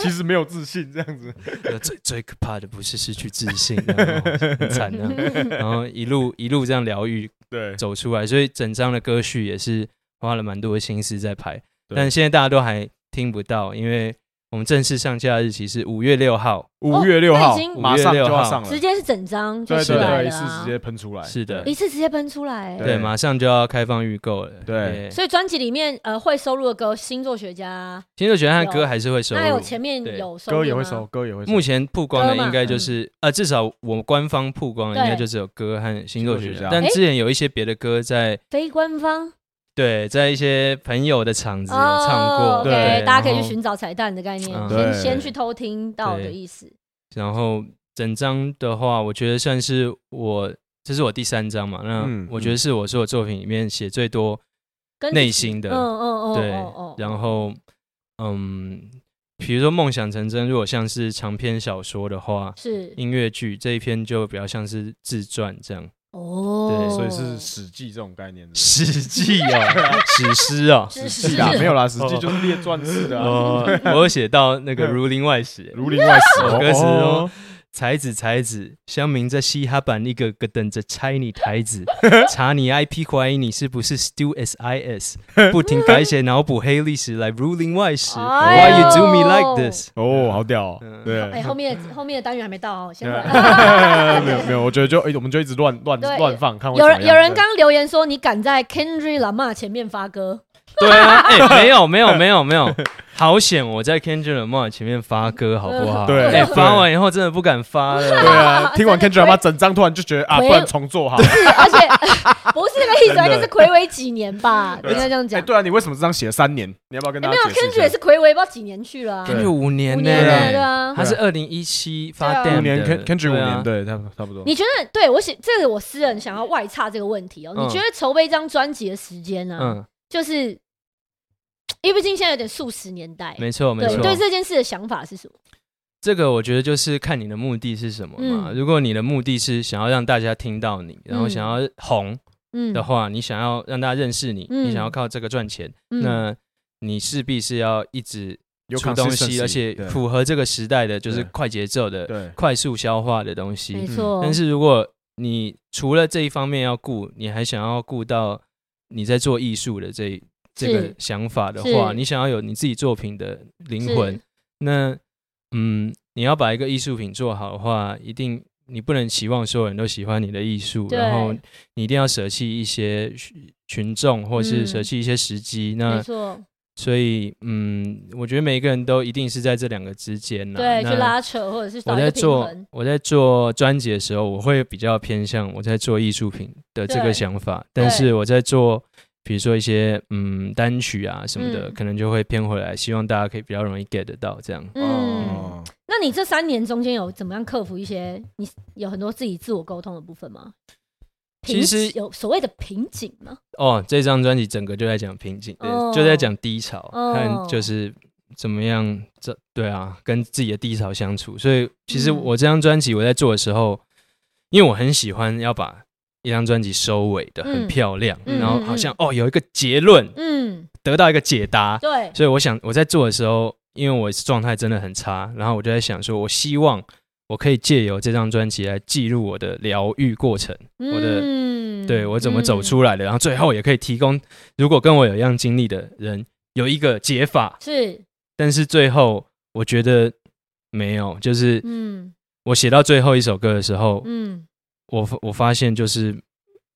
A: 其实没有自信这
C: *laughs*
A: 样子。
C: 呃最最可怕的不是失去自信，然后很惨啊，然后一路一路这样疗愈
A: 对，
C: 走出来，所以整张的歌序也是花了蛮多的心思在排，
A: 对
C: 但现在大家都还听不到，因为我们正式上架的日期是五月六号，
A: 五月六号
B: 哦那已经
A: 马上就要上了，
B: 直接是整张就
A: 对
B: 出
A: 对
B: 来
A: 对，
B: 了
A: 一次直
B: 啊，
A: 接喷出来，
C: 是的
B: 一次直接喷出来。
A: 对
C: 对，马上就要开放预购了，
A: 对
B: 所以专辑里面呃会收录的歌，星座学家，
C: 听说觉得他的
B: 有
C: 歌还是会收
B: 那还有
C: 录。
B: 前面
C: 对
B: 有收
A: 歌
B: 录
A: 也会
B: 吗
A: 收，歌也会收。
C: 目前曝光的
B: 歌嘛
C: 应该就是，呃，至少我官方曝光的应该
B: 对
C: 就只有歌和星座学
A: 星座学
C: 家
A: 家，
C: 但
B: 诶
C: 之前有一些别的歌在
B: 非官方
C: 对，在一些朋友的场子有唱过，
B: o
A: 对
B: k 哦大家可以
C: 然
B: 去
C: 后
B: 寻找彩蛋的概念，
C: 嗯
B: 先
A: 对
B: 先去偷听到的
C: 对
B: 意思。
C: 然后整张的话，我觉得算是我这是我第三张嘛，
A: 嗯
C: 那我觉得是我所有作品里面写最多
B: 跟
C: 内心的，
B: 嗯嗯嗯，
C: 对
B: 嗯嗯，
C: 然后嗯，比如说梦想成真，如果像是长篇小说的话，
B: 是
C: 音乐剧这一篇就比较像是自传这样，
B: 哦，
C: 对
A: 所以是《史记》这种概念的，
C: 史记
A: *laughs*
C: 啊，史诗啊。
B: 知
A: 史
B: 识
A: 记啦，没有啦，《史记
C: 哦》
A: 就是列传式的啊，
C: 哦，我有写到那个《儒林外史》欸，
A: 如林外史
C: 我 *laughs* 歌词
A: 哦
C: 哦，才子才子，乡民在嘻哈版一个个等着拆你台子，查你 IP，怀疑你是不是 Stu SIS，不停改写脑补黑历史来 ruling 外史。
B: 哎呦
C: Why you do me like this？
A: 哦，好屌哦，
C: 嗯
B: 哎，
A: 对。
B: 后面的后面的单元还没到哦，现
A: 啊
B: 在。 *laughs*
A: 没有没有，我觉得就哎，我们就一直乱乱
B: 对
A: 乱放，看会
B: 有
A: 怎
B: 人
A: 么
B: 有
A: 样
B: 人刚留言说你敢在 Kendrick Lamar 前面发歌， *laughs*
C: 对 *laughs* 啊，哎，没有没有没有没有， *laughs* 好险我在 Kendrick Lamar 前面发歌好不好？
A: 对
C: 哎，
A: 对
C: 发完以后真的不敢发
A: *laughs*
C: 了。
A: 对啊，听完 Kendrick
B: 真的
A: Lamar 整张，突然就觉得啊，
B: 回
A: 不然重做好了。
B: 是
A: *laughs*
B: 而且不是那个意思，
A: 真的
B: 应该是暌违几年吧，应该这样
A: 哎，
B: 讲。
A: 对啊，你为什么这张写了三年？你要不要跟
B: 哎
A: 大
B: 没
A: 家
B: 有
A: 解释一
B: ，Kendrick
A: 下？
B: 也是暌违不知道几年去了啊，
C: Kendrick 五年
B: 五
C: 呢、
B: 年了，
A: 欸
B: 对啊。
C: 他是二零一七
B: 对
C: 发
B: 啊
C: Damn
A: 五年
C: 的
A: Ken-，Kendrick 五
C: 对啊
A: 年，对，差不差不多。
B: 你觉得对我写这个，我私人想要外插这个问题哦。
C: 嗯
B: 你觉得筹备一张专辑的时间呢、
C: 嗯，
B: 就是因为毕竟现在有点素食年代，
C: 没错没
B: 对
C: 错。
B: 你对这件事的想法是什么？
C: 这个我觉得就是看你的目的是什么嘛。
B: 嗯
C: 如果你的目的是想要让大家听到你，然后
B: 嗯
C: 想要红
B: 嗯
C: 的话，你想要让大家认识你，
B: 嗯
C: 你想要靠这个赚钱，
B: 嗯
C: 那你势必是要一直
A: 有
C: 出东
A: consistency，
C: 西，而且
A: 对
C: 符合这个时代的，就是
A: 对
C: 快节奏的、
A: 对
C: 快速消化的东
B: 没
C: 西。
B: 错，
C: 嗯但是如果你除了这一方面要顾，你还想要顾到你在做艺术的这一这个
B: 是
C: 想法的
B: 是
C: 话，你想要有你自己作品的灵
B: 是
C: 魂，那嗯，你要把一个艺术品做好的话，一定你不能期望所有人都喜欢你的艺术，
B: 对
C: 然后你一定要舍弃一些群群众，或是舍
B: 嗯
C: 弃一些时机。
B: 没
C: 那
B: 错，
C: 所以嗯，我觉得每一个人都一定是在这两个之间啦。
B: 对，
C: 那
B: 去拉扯或者是找
C: 我
B: 一
C: 在
B: 个平
C: 做
B: 衡。
C: 我在做专辑的时候，我会比较偏向我在做艺术品的这
B: 对
C: 个想法，但
B: 对
C: 是我在做比如说一些嗯单曲啊什么的，
B: 嗯
C: 可能就会偏回来，希望大家可以比较容易 get 得到这样。哦
B: 嗯，那你这三年中间有怎么样克服一些你有很多自己自我沟通的部分吗？
C: 其实
B: 瓶颈有所谓的瓶颈吗？
C: 哦，这张专辑整个就在讲瓶颈，对，
B: 哦
C: 就在讲低潮，
B: 哦
C: 看就是怎么样，这对啊，跟自己的低潮相处。所以其实
B: 嗯
C: 我这张专辑我在做的时候，因为我很喜欢要把一张专辑收尾的
B: 嗯
C: 很漂亮，
B: 嗯
C: 然后
B: 嗯
C: 好像、哦有一个结论，
B: 嗯，
C: 得到一个解答。
B: 对，
C: 所以我想我在做的时候，因为我状态真的很差，然后我就在想说，我希望我可以借由这张专辑来记录我的疗愈过程。我的
B: 嗯
C: 对我怎么走出来的，然后最后也可以提供，如果跟我有一样经历的人有一个解法，
B: 是，
C: 但是最后我觉得没有，就是
B: 嗯
C: 我写到最后一首歌的时候，
B: 嗯。
C: 我发我发现就是，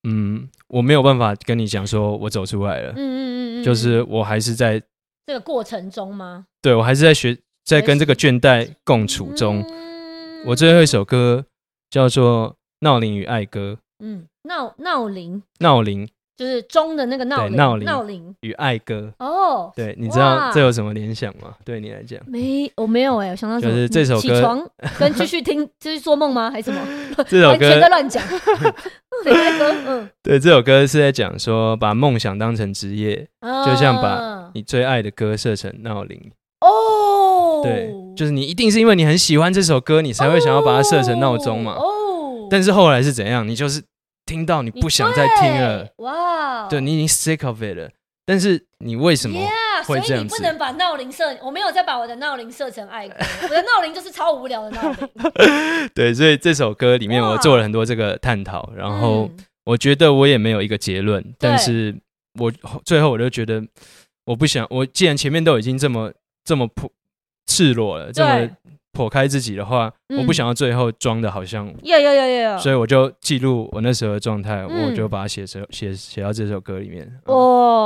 C: 嗯，我没有办法跟你讲说我走出来了，
B: 嗯嗯
C: *laughs*
B: 嗯嗯，
C: 就是我还是在，
B: 这个过程中吗？
C: 对我还是在学，在跟这个倦怠共处中。
B: 嗯
C: 我最后一首歌叫做《闹铃与爱歌》，
B: 嗯，闹闹铃
C: 闹铃
B: 就是钟的那个闹
C: 对
B: 铃，
C: 闹铃
B: 闹铃
C: 与爱歌。
B: 哦，
C: 对，你知道
B: 哇
C: 这有什么联想吗？对你来讲，
B: 没，我没有哎、我想到什
C: 就
B: 么
C: 是这首歌
B: 起
C: *laughs*
B: 床跟继续听，继续做梦吗？还是什么？
C: 这首
B: 完全在
C: 歌
B: 乱
C: *laughs*
B: 讲，谁在歌？嗯，
C: 对这首歌是在讲说，把梦想当成职业，
B: 啊
C: 就像把你最爱的歌设成闹铃。
B: 哦，
C: 对，就是你一定是因为你很喜欢这首歌，你才会想要把它设成闹钟嘛。
B: 哦，
C: 但是后来是怎样？你就是听到你
B: 你
C: 不想再听了
B: 对，，哇，
C: 对你已经 sick of it 了。但是你为什么
B: Yeah，所
C: 会这
B: 以
C: 样
B: 你不
C: 子
B: 能把闹铃设，我没有再把我的闹铃设成爱歌，我的闹铃就是超无聊的闹铃。
A: *laughs*
C: 对，所以这首歌里面
B: 哇
C: 我做了很多这个探讨，然后
B: 嗯
C: 我觉得我也没有一个结论，但是我最后我就觉得我不想，我既然前面都已经这么这么破赤裸了，这么
B: 对
C: 剖开自己的话，我不
B: 嗯
C: 想要最后装的好像，
B: 有有有有有，
C: 所以我就记录我那时候的状态，
B: 嗯
C: 我就把它写成写写到这首歌里面。嗯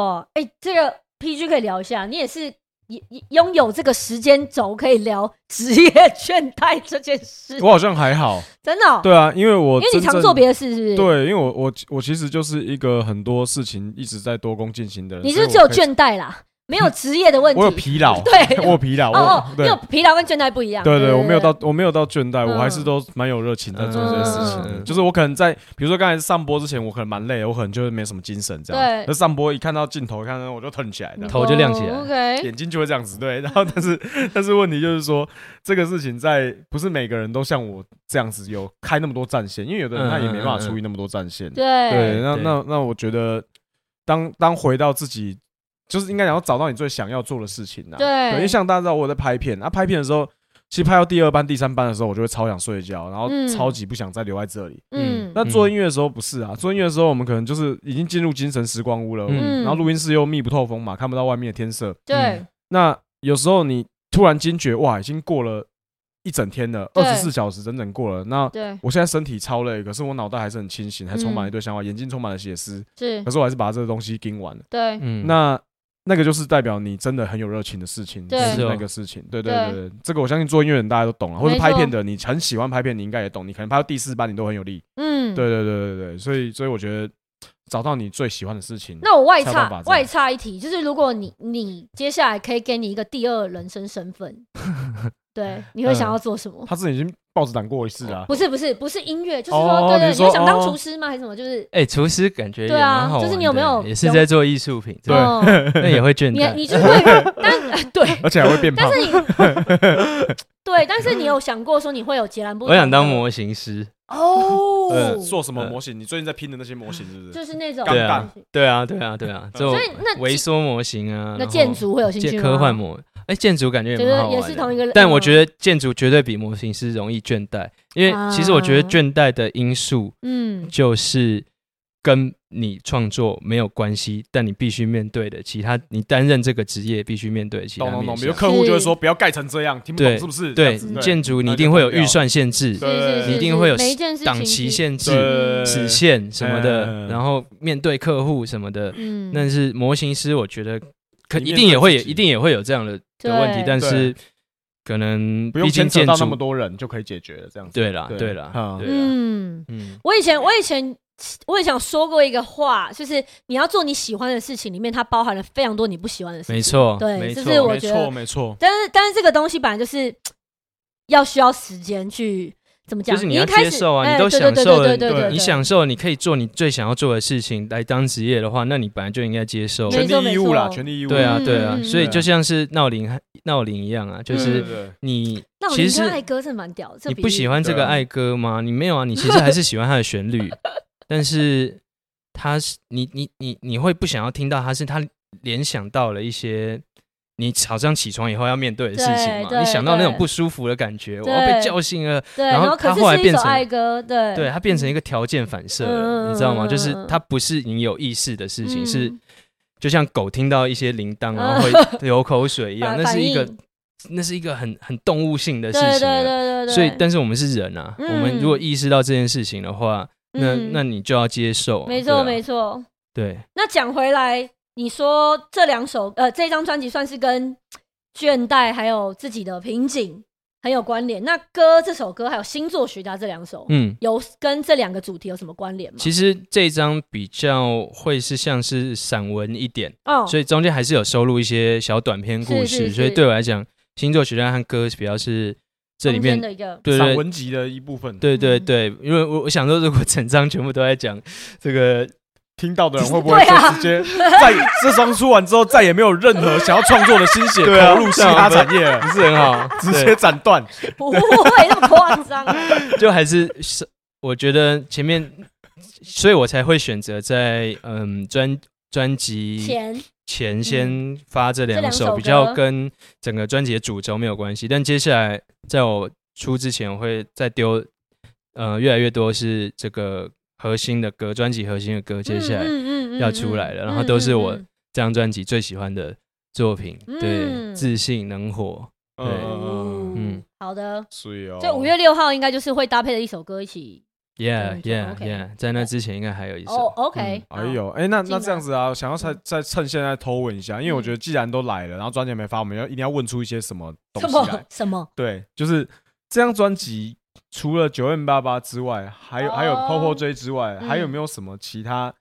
B: 哇，哎、这个 PG 可以聊一下，你也是也也拥有这个时间轴可以聊职业倦怠这件事，
A: 我好像还好，
B: 真嗯的哦、
A: 对啊，因为我
B: 因为你
A: 真
B: 常
A: 正
B: 做别的事，是不是？，
A: 对，因为我我我其实就是一个很多事情一直在多工进行的人，
B: 你
A: 所
B: 是
A: 以
B: 不是只有
A: 我可以，
B: 倦怠啦，没有职业的问题。
A: 我有疲劳，
B: 对
A: *laughs* 我有疲劳，
B: 哦
A: 我
B: 哦，因
A: 对
B: 为疲劳跟倦怠不一样。
A: 对对，
B: 对，
A: 我没有到，我没有到倦怠，
B: 嗯
A: 我还是都蛮有热情在做这件事情
C: 嗯嗯
A: 的。
C: 嗯
A: 就是我可能在，比如说刚才上播之前，我可能蛮累，我可能就是没什么精神这
B: 对
A: 样。那上播一看到镜头，一看到我就腾起来的。
C: 头就亮起来
B: 哦 OK，
A: 眼睛就会这样子，对。然 *laughs* 后，但是，但是问题就是说，这个事情在不是每个人都像我这样子有开那么多战线，因为有的人他也没
C: 嗯
A: 办法处理那么多战线。
B: 哎对
A: 对，那
C: 对
A: 那那我觉得当当回到自己，就是应该讲要找到你最想要做的事情啊。
B: 对
A: 因为像大家知道我有在拍片，那、啊拍片的时候，其实拍到第二班、第三班的时候，我就会超想睡觉，然后
B: 嗯
A: 超级不想再留在这里。
B: 嗯，
A: 那做音乐的时候不是啊，做音乐的时候我们可能就是已经进入精神时光屋了，
C: 嗯
A: 然后录音室又密不透风嘛，看不到外面的天色。
B: 对
A: 那有时候你突然惊觉，哇，已经过了一整天了，
B: 对
A: 二十四小时整整过了。那
B: 对
A: 我现在身体超累，可是我脑袋还是很清醒，还充
B: 嗯
A: 满了一堆想法，眼睛充满了血丝，
B: 是
A: 可，是我还是把这个东西盯完了。
B: 对
C: 嗯
A: 那那个就是代表你真的很有热情的事情，就
B: 对
A: 是
C: 是哦
A: 那个事情。对对对，对这个我相信做音乐人大家都懂啊，或者
B: 没错
A: 拍片的，你很喜欢拍片，你应该也懂。你可能拍到第四班，你都很有力。
B: 嗯，
A: 对对对对对，所以所以我觉得找到你最喜欢的事情，
B: 那我外
A: 才有办法
B: 差
A: 这样
B: 外差一题，就是如果你你接下来可以给你一个第二人生身份，对，你会想要做什么？
A: 他之前已经报纸挡过一次啊。
B: 不是不是不是音乐，就是
A: 哦
B: 说，对对，
A: 你
B: 你
A: 说
B: 会想当
A: 哦
B: 厨师吗？还是什么？就是
C: 哎、厨师感觉也
B: 对啊
C: 蛮好玩的
B: 就是你有没有
C: 也是在做艺术品，
A: 对
B: 哦
C: 那也会倦
B: 你
C: 怠。
B: 你就是会，但 *laughs* 对，
A: 而且还会变胖
B: 但，是你对，但是你有想过说你会有截然不同
C: 我
B: 的？
C: 想当模型师。
B: 哦
C: 嗯
A: 是，呃做什么模型？你最近在拼的那些模型是不是？
B: 就是那种
A: 杠杠
C: 对啊，对啊，对
B: *laughs*
C: 啊，这种
B: 所以那
C: 微缩模型啊，
B: 那
C: 然后
B: 建筑会有兴趣
C: 建
B: 吗？
C: 科幻模，哎，建筑感觉
B: 就
C: 也
B: 是
C: 蛮好
B: 也
C: 玩的
B: 是同一个，
C: 但我觉得建筑绝对比模型师容易倦怠，因为其实我
B: 啊
C: 觉得倦怠的因素
B: 嗯，
C: 就是跟你创作没有关系，但你必须面对的其他，你担任这个职业必须面对的其他
A: 懂懂懂，
C: 面
A: 比如
C: 向。
A: 客户就会说不要盖成这样，听不懂
C: 对
A: 是不是？这
C: 对
A: 样子对，
C: 建筑你
A: 那
C: 一
A: 就
C: 定会有
A: 不要
C: 预算限制，
B: 是是是
C: 你一定会有
B: 每一件事情
C: 档期限
A: 对
C: 制、
B: 嗯
C: 时限什么的，
A: 嗯
C: 然后面对客户什么的，
B: 嗯，
C: 但是模型师，我觉得可
A: 你
C: 一
A: 面
C: 定也
A: 对
C: 会有，
A: 自己
C: 一定也会有这样的的问题，
B: 对
C: 但是可能
A: 不用
C: 毕
A: 牵
C: 竟
A: 扯
C: 建
A: 到那么
C: 筑，
A: 多人就可以解决了，这样子。
C: 对啦，
A: 对
C: 对啦，
A: 嗯
C: 对啊啦，
B: 嗯，
C: 嗯，
B: 我以前我以前我也想说过一个话，就是你要做你喜欢的事情，里面它包含了非常多你不喜欢的事情。
C: 没错，
B: 对
C: 没
B: 这
C: 错，
B: 是我觉得
A: 没错，
B: 但是但是这个东西本来就是要需要时间去怎么讲，
C: 就是你
B: 你
C: 要
B: 一开
C: 接
B: 始
C: 受啊，
B: 哎
C: 你都
B: 对
C: 享受
B: 对对对
C: 了，
B: 对对，
C: 你享受了，你可以做你最想要做的事情来当职业的话，那你本来就应该接受。
B: 没
A: 权
B: 错
A: 利义务
B: 没
A: 啦，
B: 错
A: 权利义务。
C: 对啊，
B: 嗯
C: 对啊，
B: 嗯
C: 所以
A: 嗯
C: 就像是闹铃闹铃一样啊，就
A: 对
C: 是
A: 对对
C: 你
B: 那我
C: 其
B: 觉
C: 实
B: 得爱歌真的蛮屌的，这
C: 你
B: 比
C: 不喜欢这
A: 对
C: 个
A: 啊
C: 爱歌吗？你没有啊，你其实还是喜欢它的旋
B: *laughs*
C: 律，但是它是你你你你会不想要听到它，是它联想到了一些你早上起床以后要面对的事情
B: 对
C: 嘛，你想到那种
B: 对
C: 不舒服的感觉，我要被
B: 对
C: 叫醒了，
B: 对，
C: 然后
B: 后可
C: 它
B: 是
C: 后来
B: 是一
C: 变
B: 首
C: 成
B: 爱歌，对
C: 对，它变成一个条件反射了，
B: 嗯
C: 你知道吗？就是
B: 嗯嗯嗯
C: 它不是你有意识的事情，
B: 嗯
C: 是就像狗听到一些铃铛然后会流口水一
B: *laughs*
C: 样，
B: 反
C: 那是一个
B: 反应
C: 那是一个很很动物性的事
B: 对
C: 情
B: 对
C: 啊。
B: 对对对，
C: 所以，但是我们是人啊，我们如果
B: 嗯
C: 意识到这件事情的话，那
B: 嗯
C: 那你就要接受。
B: 没错没
C: 错，
B: 错。
C: 对，
B: 那讲回来，你说这两首呃，这张专辑算是跟倦怠还有自己的瓶颈，很有关联。那歌这首歌还有星座学家这两首，
C: 嗯，
B: 有跟这两个主题有什么关联吗？
C: 其实这一张比较会是像是散文一点，
B: 哦，
C: 所以中间还是有收录一些小短篇故事。
B: 是是是
C: 所以对我来讲，星座学家和歌比较是这里面
B: 中间的嗯一个
C: 对
A: 散
C: 对
A: 文集的一部分，
C: 对对对，因为我我想说，如果整张全部都在讲这个，
A: 听到的人会不会
B: 对啊
A: 就直接在这张出完之后再也没有任何想要创作的心血
C: *laughs* 对啊
A: 投入嘻哈产业了
C: 不？是很好，
A: *laughs*
C: *laughs*
A: 直
C: 对啊
A: 接斩断，
B: 不会那么夸张啊，
C: *laughs* 就还是是，我觉得前面，所以我才会选择在嗯专专辑
B: 钱
C: 前先发这
B: 嗯这
C: 两
B: 两首
C: 首，
B: 歌
C: 比较跟整个专辑的主轴没有关系。但接下来在我出之前，我会再丢呃越来越多是这个核心的歌，专辑核心的歌，接下
B: 嗯
C: 来
B: 来
C: 要出来了然后
B: 嗯
C: 都是我这张专辑最喜欢的作品，对，
B: 嗯
C: 自信能火，对
A: 嗯，
B: 嗯
C: 嗯，
B: 好的，
D: 所以哦，
B: 所以五月六号应该就是会搭配的一首歌一起。
C: Yeah,
B: 这样
C: yeah,
B: 子 OK
C: yeah，在那之前应该还有一首。嗯
B: 哦，OK，好
A: 哎，呦，哎，那
B: 进来
A: 那这样子啊，想要
B: 嗯
A: 再再趁现在偷问一下，因为我觉得既然都来了，然后专辑还没发，我们要一定要问出一些什么东
B: 什
A: 西来
B: 么。什么？
A: 对，就是这张专辑除了九 M 八八之外，还有还有
B: 哦
A: Popo J 之外，
B: 嗯
A: 还有没有什么其他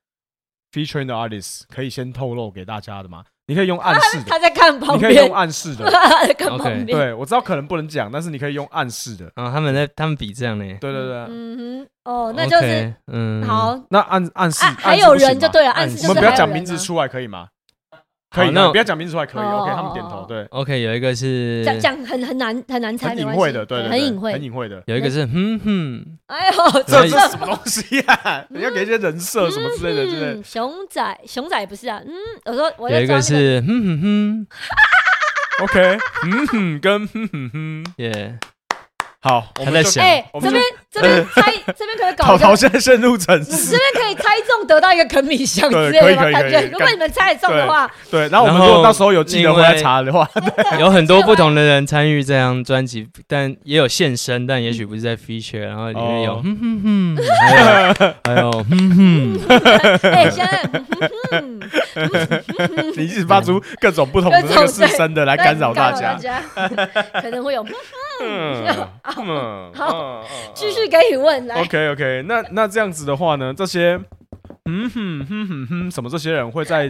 A: featuring 的 artist 可以先透露给大家的吗？你可以用暗示的，
B: 他在看旁
A: 你可以用
B: 边，
A: 暗示的。
B: 他 *laughs* 在看旁
C: OK
B: 边。
A: 对，我知道可能不能讲，但是你可以用暗示的。
C: 啊、他们在他们比这样呢。
A: 对对对，
B: 嗯哼，哦，那就是
C: 嗯，
B: 好。
A: 那暗暗示
B: 啊，还
A: 暗示
B: 有
A: 不行
B: 人就
A: 吗
B: 对了，暗
C: 暗
B: 示
C: 示
B: 就
A: 我们
B: 是
A: 不要
B: 还有
A: 讲
B: 人
A: 名字
B: 啊
A: 出来可以吗？可以
C: 那
A: 吗，不要讲名字出来可以。
B: 哦
A: OK，他们点
B: 哦哦
A: 头，
B: 哦
A: 对，
C: OK，有一个是
B: 讲讲很很难很难猜，
A: 很
B: 没
A: 隐
B: 关
A: 晦
B: 系
A: 的，对，对
B: 很
A: 对
B: 隐
A: 很
B: 晦。
A: 隐晦的。
C: 有一个是哼哼，
B: 哎呦，
A: *laughs* 这
C: 对
A: 这是什么东西啊？ *laughs* 你要给一些人设什么之类的，之类的
B: 嗯，。熊仔熊仔不是啊，嗯，我说我
C: 有
B: 在
C: 一
B: 抓
C: 个
B: 那个
C: 是哼哼哼，
A: OK，嗯哼，跟哼哼哼，
C: 耶、
A: 好，我
C: 他
A: 们
C: 在
A: 就
C: 想
B: 哎
A: 我，们
B: 这
A: 就呃
B: 边这边猜，这边可以搞
A: 淘
B: 一
A: 淘
B: 个，
A: 现在陷入沉思 *laughs*
B: 这，边可以猜中得到一个肯米香之
A: 对
B: 类
A: 可以
B: 的吗？
A: 可以可
B: 感
A: 以
B: 觉
A: 可以
B: 如果你们猜得中的
A: 对
B: 话，
A: 对。然后我们
C: 然后
A: 如果到时候有记得
C: 另
A: 回
C: 外
A: 来查的话，
C: 有很多不同的人参与这张专辑，但也有现身，但也许不是在 feature，然后里面有
A: 哦
C: 哼哼哼，
A: *laughs*
C: 还有还有哼哼，
B: 哎，现在嗯嗯嗯
A: 你一直发出各种不同的那个四声的来干扰大
B: 干
A: 家。
B: 大家可能会有
A: 嗯嗯，好，
B: 继续给你问来，
A: OK OK，那那这样子的话呢，这些嗯哼哼哼哼什么这些人会 *laughs* 在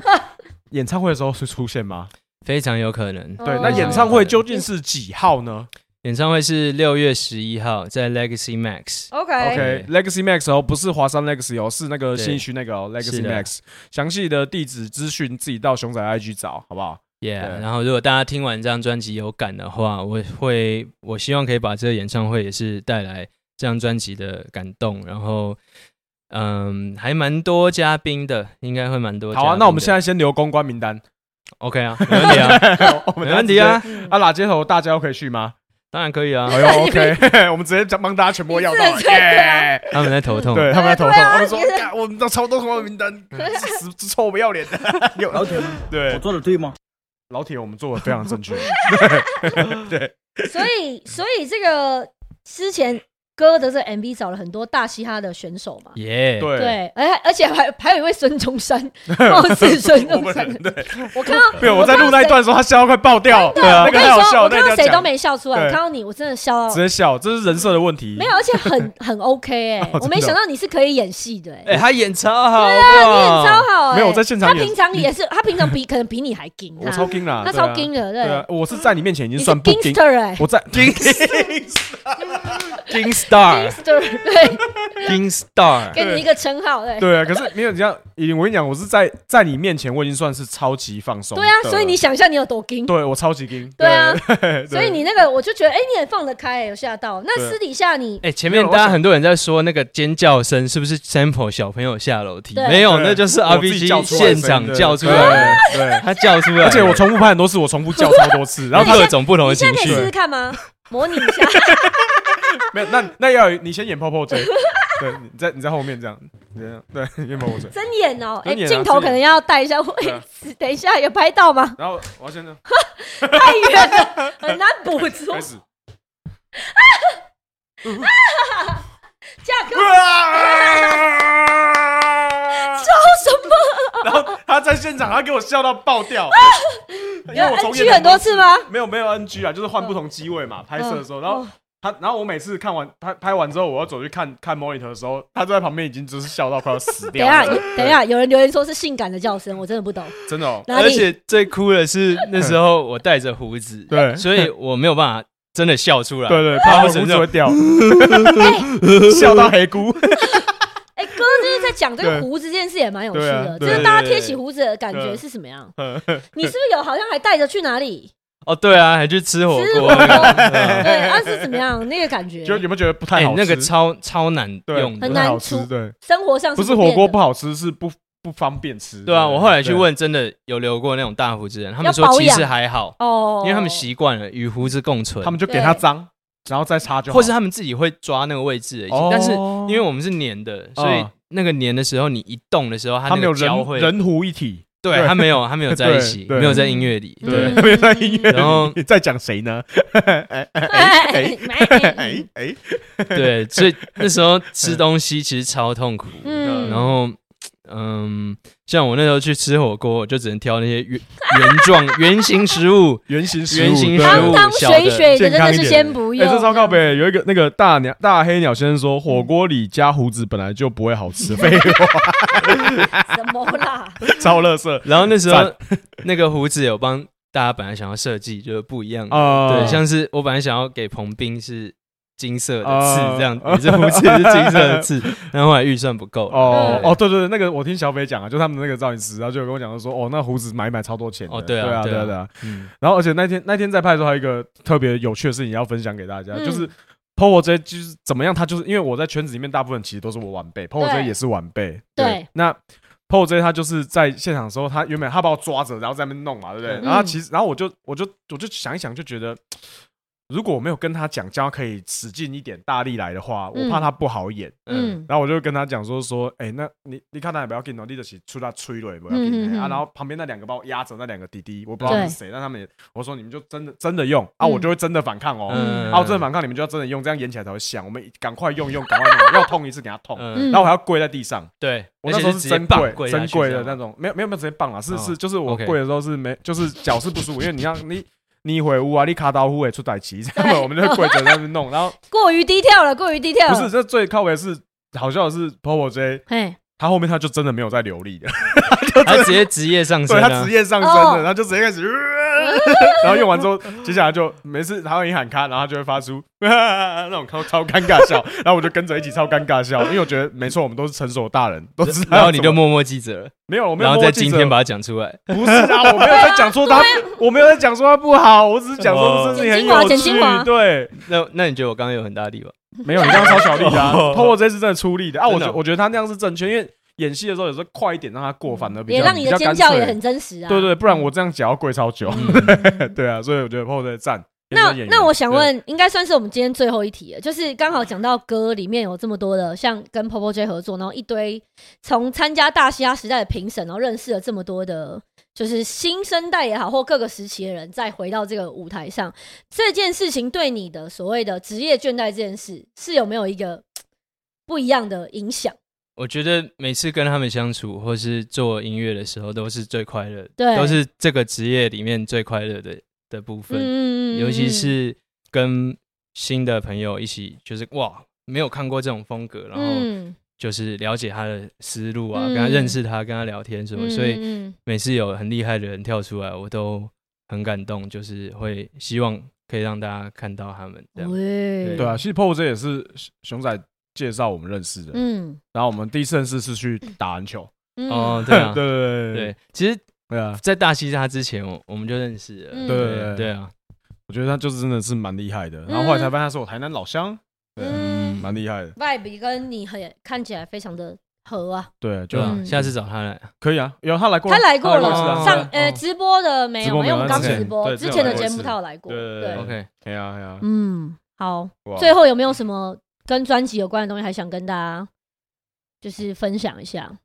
A: 演唱会的时候会出现吗？
C: 非常有可能。
B: 哦
A: 对，那演唱会究竟是几号呢
C: 演唱会是六月十一号在 Legacy Max，
B: OK，
A: *laughs* ？OK Legacy Max 哦，不是华山 Legacy 哦，是那个
C: 对
A: 新一区那个哦 Legacy
C: 是的
A: Max。详细的地址资讯自己到熊仔 IG 找，好不好？
C: Yeah，
A: 对
C: 然后如果大家听完这张专辑有感的话，我会我希望可以把这个演唱会也是带来这张专辑的感动，然后嗯，还蛮多嘉宾的，应该会蛮多嘉
A: 好
C: 宾的。
A: 啊，那我们现在先留公关名
C: *laughs*
A: 单，
C: OK 啊，没问题啊，
A: 我们
C: 没问题啊，
B: 嗯
A: 啊，哪街头大家都可以去吗？
C: 当然可以啊
A: 哎。呦，OK，我们 *laughs* 直接帮大家全部要到
B: 你
A: 了，
B: 自己啊
A: 耶！
C: 他们在头 *laughs* 痛，
A: 对他们在头痛，
B: 对啊
A: 他们说
B: 你是：“
A: 干我们都超多公关名单， *laughs* 死这臭不要脸的。
C: *laughs*
A: 有”
E: 老铁，我
A: 对，
E: 做的对吗？
A: 老铁，我们做的非常正确。
B: 所以，所以这个之前歌的这个 MV 找了很多大嘻哈的选手嘛。
C: 耶，
A: 对，
B: 对，而而且还还有一位孙中
A: *laughs*
B: 山，貌似孙 *laughs*
A: 我
B: 中
A: 们
B: 山。
A: 对，
B: 我看到
A: 对，我在录那一段的时候，他笑到快爆掉，对啊
B: 我
A: 那
B: 跟
A: 个
B: 你
A: 太好
B: 说，
A: 笑
B: 我
A: 了，那一
B: 看
A: 定
B: 到
A: 要
B: 谁都
A: 讲
B: 没笑出来，
A: 对
B: 我看到你，我真的笑
A: 直
B: 到
A: 接笑，这是人设的问题。
B: 哦没有，，而且很 *laughs* 很 OK 哎、
A: 真的
B: 我没想到你是可以演戏的哎、
C: 哎，他演超好，
B: 演超好哎、
A: 哦没有我在现场
B: 他
A: 演
B: 平常也是，他平常比可能比你还硬，
A: 我超惊啦，
B: 他
A: 对啊
B: 超硬的，
A: 对啊，我是在你面前已经
B: 你是
A: 算不惊，
B: gangster 哎、
A: 我在
B: *laughs*
A: 惊
C: ，King Star，King
B: gangster 对，
C: Star，
B: 给你一个称号
A: *laughs*
B: 对。
A: 对啊，可是没有你这样，以我跟你讲，我是在在你面前，我已经算是超级放松。
B: 对啊，所以你想一下，你有多硬？
A: 对我超级惊，
B: 对啊， *laughs*
A: 对，
B: 所以你那个我就觉得，哎、你很放得开、有吓到。那
A: 对
B: 私底下你，
C: 哎，前面
A: 没有
C: 大家很多人在说那个尖叫声是不是 sample 小朋友下楼梯？
B: 对
C: 没有，
A: 对
C: 那就是
A: 我自己
C: RPG
A: 叫出来的
C: 现
A: 声音
C: 场
A: 对
C: 叫出来的，
A: 对。对
C: 他叫出来的，
A: 而且我重复拍很多次，我重复叫超多次，然
C: 然
A: 后
B: 啊
C: 后
A: 他
C: 各种不同的
B: 你
C: 情
B: 现在可以
C: 绪
B: 试。试
A: *laughs*
B: 看吗？模拟一下，
A: 没有，那那要有你先演泡泡 J，对，你在你在后面这样，你这样对， *laughs* 演泡泡 J，
B: 睁眼哦，哎，
A: 睁眼啊啊
B: 镜头可能要带一下位置， *laughs* 等一下有拍到
A: *laughs*
B: 吗？
A: 然后我要先这样
B: 太远了，很难捕捉
A: 开。始，
B: 价格
A: 啊
B: 高什么？
A: 然后他在现场，他给我笑到爆掉，
D: 因
B: 你有
D: 为我从
B: NG 很多次吗？
A: 没有没有 NG 啊，就是换不同机位嘛，拍摄的时候，
B: 嗯
A: 然后
B: 哦
A: 他，然后我每次看完拍拍完之后，我要走去看看 monitor 的时候，他就在旁边已经就是笑到快要死
B: 等
A: 掉
B: 一下，
A: 了，
B: 等一下，有人留言说是性感的叫声，我真的不懂
A: 真的哦，
B: 哪
C: 而
B: 里。
C: 且最酷的是那时候我戴着胡子，
A: *laughs* 对
C: 所以我没有办法真的笑出来。
A: 对对，怕
C: 我
A: 我
C: 只
A: 胡子
C: 能这
A: 会
C: 样
A: 掉，
B: 哎
A: 笑到黑姑，
B: 哎，哥就是在讲这
A: 对
B: 个胡子这件事也蛮有趣
A: 对啊
B: 的，就
A: 对
B: 是大家
C: 对
B: 贴
C: 对
B: 起胡子的感觉
A: 对
B: 是什么样？
A: 嗯
B: 你是不是有好像还带着去
A: *laughs*
B: 哪里
C: 哦，对啊，还去吃火
B: 吃火
C: 锅 *laughs*
B: 锅？。
C: 嗯
B: 对，啊是怎么样那个感觉？
A: 就有没有觉得不 *laughs* 太
C: 哎
A: 好，吃？
C: 那个超超难
A: 对不
C: 用
B: 很
C: 的，
A: 太
B: 难
A: 好吃，
B: 出
A: 对，
B: 生活上
A: 不是
B: 变
A: 火锅
B: 的
A: 不好吃，是不不方便吃。
C: 对啊。我后来去
A: 对，
C: 问，真的有留过那种大胡子的人，他们
B: 要
C: 说
B: 保
C: 其实
B: 养
C: 还好，
B: 哦，
C: 因为他们习惯了与胡子共存，
A: 他们就给他
B: 对
A: 脏，然后再擦就好，
C: 或是他们自己会抓那个位置而已
A: 哦，
C: 但是因为我们是粘的，所以
A: 嗯
C: 那个粘的时候你一动的时候，它
A: 他
C: 那
A: 们有
C: 个胶
A: 人
C: 会，
A: 人湖一体，
C: 对，
A: 对
C: 它没有，它没有在一
A: *laughs*
C: 起，
A: 对对
C: 没有在音乐里，
B: 嗯
C: 对
A: 对，特别在音乐
C: 然后
A: 里。 *laughs* 在讲谁呢？
B: 哎
A: 哎哎， *laughs*
C: 对，所以那时候吃东西其实超痛苦，
B: 嗯
C: 然后。嗯，像我那时候去吃火锅，我就只能挑那些圆圆状、
B: *laughs*
C: 圆形食物。
A: 圆形食物，
C: 圆形食
A: 对
B: 汤
C: 物
B: 汤
C: 小
B: 水
C: 的
B: 水的
A: 健
B: 真
A: 康
B: 的
A: 一
B: 是
A: 点
B: 先不
A: 哎、
B: 用。
A: 这超靠北，有一个那个大鸟大黑鸟先生说，火锅里加胡子本来就不会好 *laughs* 吃，废话，
B: 什么啦？
A: 超垃圾
C: 然后那时候那个胡子有帮大家本来想要设计就是不一样的，
A: 啊！
C: 对，像是我本来想要给彭斌是金色的刺
A: 哦
C: 这样，也是胡子也是金色
A: *laughs*
C: 的刺，但后来预算不够了。
B: 嗯
A: 哦
C: 对
A: 哦，对对对，那个我听小北讲啊，就他们那个造型师，然后就有跟我讲说，哦，那胡子买一买超多钱的
C: 哦对啊
A: 对
C: 对啊
A: 对对啊。
C: 嗯，
A: 然后而且那天那天在拍的时候，还有一个特别有趣的事情要分享给大家，
B: 嗯
A: 就是。p o w 这就是怎么样？他就是因为我在圈子里面大部分其实都是我晚辈 p o w 这也是晚辈。
B: 对，
A: 那 p o w 这他就是在现场的时候，他原本他把我抓着，然后在那边弄嘛，对不对？
C: 嗯
A: 然后他其实，然后我就我就我就想一想，就觉得如果我没有跟他讲，叫他可以使劲一点、大力来的话，我
B: 嗯
A: 怕他不好演。
B: 嗯，
A: 然后我就跟他讲说说，哎、那你你看他也不要紧哦，你就是出他吹了，不要
B: 嗯嗯
A: 紧、
B: 嗯
A: 啊。然后旁边那两个把我压着那两个弟弟，我不知道
B: 对
A: 是谁，但他们也我说你们就真的真的用啊，
B: 嗯
A: 我就会真的反抗哦。
C: 嗯
A: 啊，我真的反抗，你们就要真的用，这样演起来才会像。我们赶快用用，赶快用，要痛一次给他痛。
C: 嗯，
A: 然后我还要跪在地上，
C: 对，
A: 哦我那时候
C: 而且是直接
A: 真
C: 棒
A: 跪
C: 跪下
A: 真
C: 去
A: 跪的
C: 这样
A: 那种，没有没有没有直接棒啊，是
C: 哦
A: 是就是我
C: OK
A: 跪的时候是没，就是脚是不舒服，因为你要你你回屋啊，你卡刀屋也出歹旗，这样我们就跪着在那边弄，然后
B: 过于低调了，过于低调
A: 不
B: 了。
A: 是，这最靠尾是好笑的是 Popo J
B: 嘿，
A: 他后面他就真的没有再流
C: *laughs*
A: 利了，
C: 他直接职业上
A: 对
C: 升
A: 他职
C: 啊，
A: 业上升了，
B: 哦
A: 然后就直接
B: *laughs*
A: 开始，然后用完之后，接下来就每次他会一喊卡，然后他就会发出 *laughs* 那种超超尴尬笑， *laughs* 然后我就跟着一起超尴尬笑，因为我觉得没错，我们都是成熟的大人，都知道怎么。
C: 然后你就默默记着了，
A: 没有，我没有
C: 然后
A: 默
C: 在
A: 记
C: 今
A: 着
C: 天把它讲出来。
A: 不是啊，我没有在讲
B: *laughs*
A: 说他，我没有在讲说他不好，我只是讲说
C: 哦
A: 这事情很有
B: 剪啊精华剪精华
A: 趣，对，
C: 那那你觉得我刚刚有很大力吗？
A: 没有你刚刚超小力的啊
C: *laughs* 哦
A: ，Popo J 是真的出力的啊，我
C: 真
A: 觉
C: 的哦
A: 我觉得他那样是正确，因为演戏的时候有时候快一点让他过，反而比
B: 也
A: 较
B: 让你的尖叫也。
A: 比较干脆
B: 很真实啊。
A: 对对，不然我这样脚要跪超久。*laughs*
B: 嗯。
A: 对啊，所以我觉得 PO 在赞。
B: 那
A: 也是演员
B: 那我想，问，应该算是我们今天最后一题了，就是刚好讲到歌里面有这么多的，像跟 Popo J 合作，然后一堆从参加大嘻哈时代的评审，然后认识了这么多的，就是新生代也好，或各个时期的人，再回到这个舞台上，这件事情对你的所谓的职业倦怠这件事，是有没有一个不一样的影响？
C: 我觉得每次跟他们相处，或是做音乐的时候，都是最快乐，
B: 对
C: 都是这个职业里面最快乐的的部分。
B: 嗯
C: 尤其
B: 嗯
C: 是跟新的朋友一起，就是哇，没有看过这种风格，然后
B: 嗯，
C: 就是了解他的思路啊，
B: 嗯
C: 跟他认识他，跟他聊天什么，所以
B: 嗯嗯
C: 每次有很厉害的人跳出来，我都很感动，就是会希望可以让大家看到他们
B: 嗯
C: 这样。
B: 喂，
A: 对啊，其实 PO 这也是熊仔介绍我们认识的。
B: 嗯，
A: 然后我们第一次认识是去打篮球。
B: 嗯
C: 哦， *laughs* 对
A: *laughs*
C: 啊，
A: 对对
C: 对，其实，
A: 对啊，
C: 在大西沙之前，我我们就认识了。
B: 嗯
A: 对
C: 对对啊，
A: 我觉得他就是真的是蛮厉害的。然后后来才发现他是我台南老乡，对
B: 嗯
A: 蛮厉害的。
B: ，vibe 跟你很看起来非常的合啊。
A: 对，就
C: 对啊，
B: 嗯
C: 下次找他来。
A: 可以啊，有他来过啊，
B: 他来过
A: 他
C: 来过
B: 了，
C: 是啊
B: 上
C: 哦
B: 呃直播的没
A: 直
B: 有，
A: 播没
B: 因为
A: 有
B: 我们刚
A: 之前
B: 直播，
A: 对
B: 之
A: 之
B: 前
A: 前
B: 的
A: 有
B: 节
A: 一
B: 目
A: 次
B: 他有来过。
A: 对对对
B: 对，
C: OK，
A: 可以啊，可以啊。
B: 嗯，好，
A: 哇
B: 最后有没有什么跟专辑有关的东西还想跟大家就是分享一下？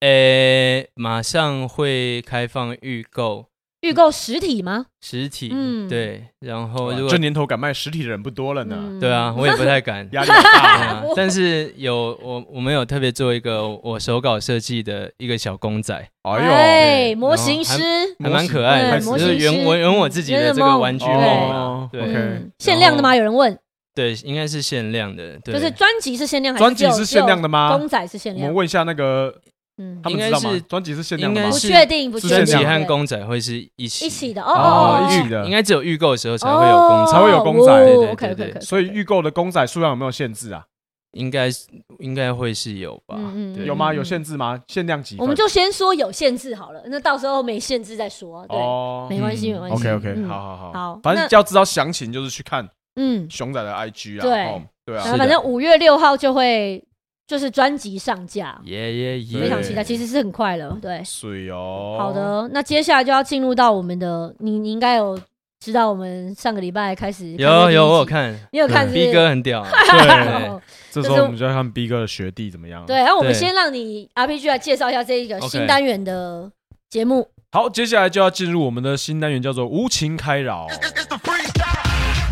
C: 诶，马上会开放预购，
B: 预购实体吗？
C: 实体，
B: 嗯
C: 对，然后如
A: 这
C: 果
A: 年头敢卖实体的人不多了呢，，
B: 嗯哎 *laughs*
C: 对啊，我也不太敢
A: 压力很
C: 对
A: 大。
C: 啊但是有我我们有特别做一个我手稿设计的一个小公仔，
A: 哎
C: 对
B: 模型师，
C: 还蛮可爱的，
A: 对
C: 就
A: 模型
B: 嗯
C: 是
B: 师
C: 圆我圆我自己的这个玩具
A: 呦，
B: 圆
C: 梦
B: 梦
C: 啊，
A: OK
C: 对
B: 嗯限量的吗？有人问，
C: 对，应该是限量的，对
B: 就是专辑是限量还
A: 专
B: 是
A: 辑是限量的
B: 只有
A: 吗
B: 公？仔是限
A: 我们
B: 量？
A: 问一下那个
B: 嗯
A: 他，们
C: 应该
A: 知道吗
C: 是？
A: 专辑是限量的
C: 应
A: 吗
C: 该
B: 不？
C: 是
B: 确定，不确
C: 专
B: 定，
C: 辑和
B: 对
C: 公仔会是一起
B: 一起的哦
A: 哦
B: 哦，
A: 一起的
C: 应该只有预购的时候才会有公
A: 才
C: 仔，
A: 会有公仔
C: 对对
B: OK
C: 对
B: OK
C: 对
A: 所以预购的公仔数量有没有限制啊？
C: 应该是应该会是有吧？
B: 嗯嗯
C: 对
A: 有吗？有限制吗？限量几份？
B: 我们就先说有限制好了，那到时候没限制再说，啊对，
A: 哦
B: 没关系
C: 嗯
B: 没关系。
A: ，OK OK，
B: 嗯
A: 好好好，
B: 好
A: 反正
B: 那
A: 要知道详情就是去看
B: 嗯，
A: 熊仔的 IG 啊，
B: 对
A: 哦对啊
B: 然
C: 是
B: 后
C: 的
B: 反正五月六号就会就是专辑上架，
C: 耶耶耶！
B: 非常期
A: 对
B: 待，其实是很快了，对。
A: 水哦，
B: 好，的，那接下来就要进入到我们的，你你应该有知道我们上个礼拜开始看的
C: 有
B: 第一
C: 有我有
B: 集，
C: 看嗯
B: 你有看是不是
C: ，B 哥很
B: *laughs*
C: 屌，
B: 哦
A: 这
B: 就是
A: 时候我们就要看 B 哥的学弟怎么样。
B: 对，，然后我们
C: 对
B: 先让你 RPG 来介绍一下这一个
C: OK
B: 新单元的节目。
A: 好，接下来就要进入我们的新单元，叫做无情开
B: *laughs*
A: 扰。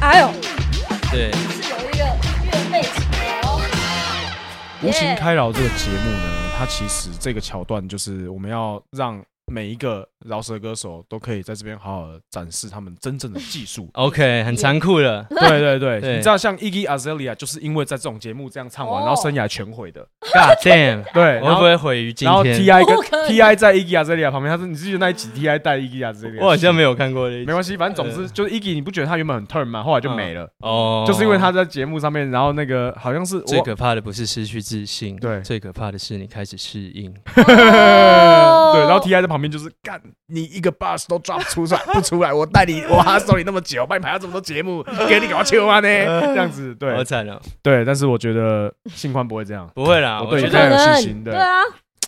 B: 哎呦，
C: 对，。
B: 是有一个音乐背景的哦。
A: 无情开扰这个节目呢，它其实这个桥段就是我们要让每一个饶舌歌手都可以在这边好好的展示他们真正的技术
C: OK，很残酷
B: *laughs*
C: 的， *laughs*
A: 对对对，
C: 对
A: 你知道像 Iggy Azalea 就是因为在这种节目这样唱完，
B: 哦
A: 然后生涯全毁的。
C: God damn！
A: 对，然
C: 我会不
A: 后
C: 会毁于今
A: 然后
C: 天？
A: TI 跟
B: 不哦可能
A: TI 在 Iggy Azalea 旁边，他是你是觉得那
C: *laughs*
A: 一集 TI 带 Iggy Azalea，
C: 我好像没有看过这一集
A: 没关系，反正总之就是 Iggy，你不觉得他原本很 turn 吗？后来就没了，
C: 哦，
A: 就是因为他在节目上面，然后那个好像是
C: 最
A: 我
C: 可怕的不是失去自信，
A: 对
C: 最可怕的是你开始适应。
B: 哦
A: *laughs* 对，然后 T I 在旁边就是干你一个 bus 都抓不出来，不出来，我带你， *laughs* 我哈手你那么久，帮你排到这么多节
C: *laughs*
A: 目，给你搞秋啊呢，这样子，
C: 好
A: 对
C: 惨哦！
A: 对，但是我觉得信宽不会这样，
C: 不会啦，
A: 我
C: 我
A: 对
C: 觉
A: 你太有
C: 得，
B: 不可能
A: 信心的
B: 对啊，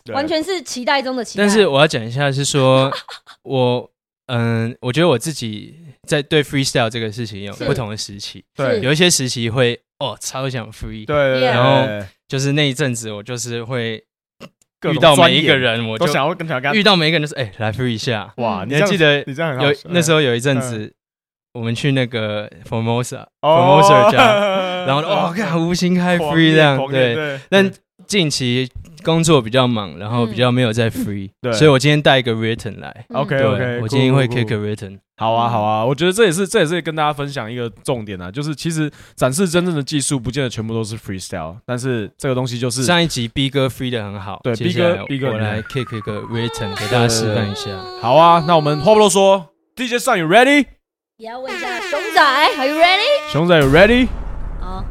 A: 对
B: 完全是期待中的期待。
C: 但是我要讲一下是说， *laughs* 我嗯，我觉得我自己在对 freestyle 这个事情有
B: 是
C: 不同的时期，
A: 对
B: 是
C: 有一些时期会哦超想 free，
A: 对对，对
B: Yeah
C: 然后
A: 对
C: 就是那一阵子我就是会
A: 各种
C: 遇到
A: 钻
C: 每一个
A: 研
C: 人，我
A: 都
C: 就
A: 想要跟想要跟
C: 遇到每一个人就是哎来 free 一下。
A: 哇，
B: 嗯
A: 你
C: 你还记
A: 得
C: 得
A: 你这样很好
C: 有那时候有一阵
A: 嗯
C: 子我们去那个 Formosa，
A: 哦
C: Formoser
A: *laughs*
C: 家然后哦，
A: 嗯
C: 看无心开
A: 狂
C: free 这
A: 练
C: 样
A: 狂练
C: 对。
A: 对，
C: 但近期工作比较忙，然后比较没有在 free，、
A: 嗯对
C: 所以我今天带一个 written 来。
B: 嗯
A: OK
C: 对
A: OK，
C: 我今天会
A: K
C: kick a
A: K。
C: written。
A: 好啊，好啊，我觉得这也是这也是跟大家分享一个重点啊，就是其实展示真正的技术，不见得全部都是 freestyle，但是这个东西就是
C: 上一集 B 哥 free 的很好，
A: 对
C: 接下来
A: B 哥 B 哥
C: 我来 kick 一个 written 给大家示范一下。
A: 好啊，那我们话不多说，DJ 上有 ready，
B: 也要问一下熊仔，Are you ready？
A: 熊仔有 ready。
B: 好，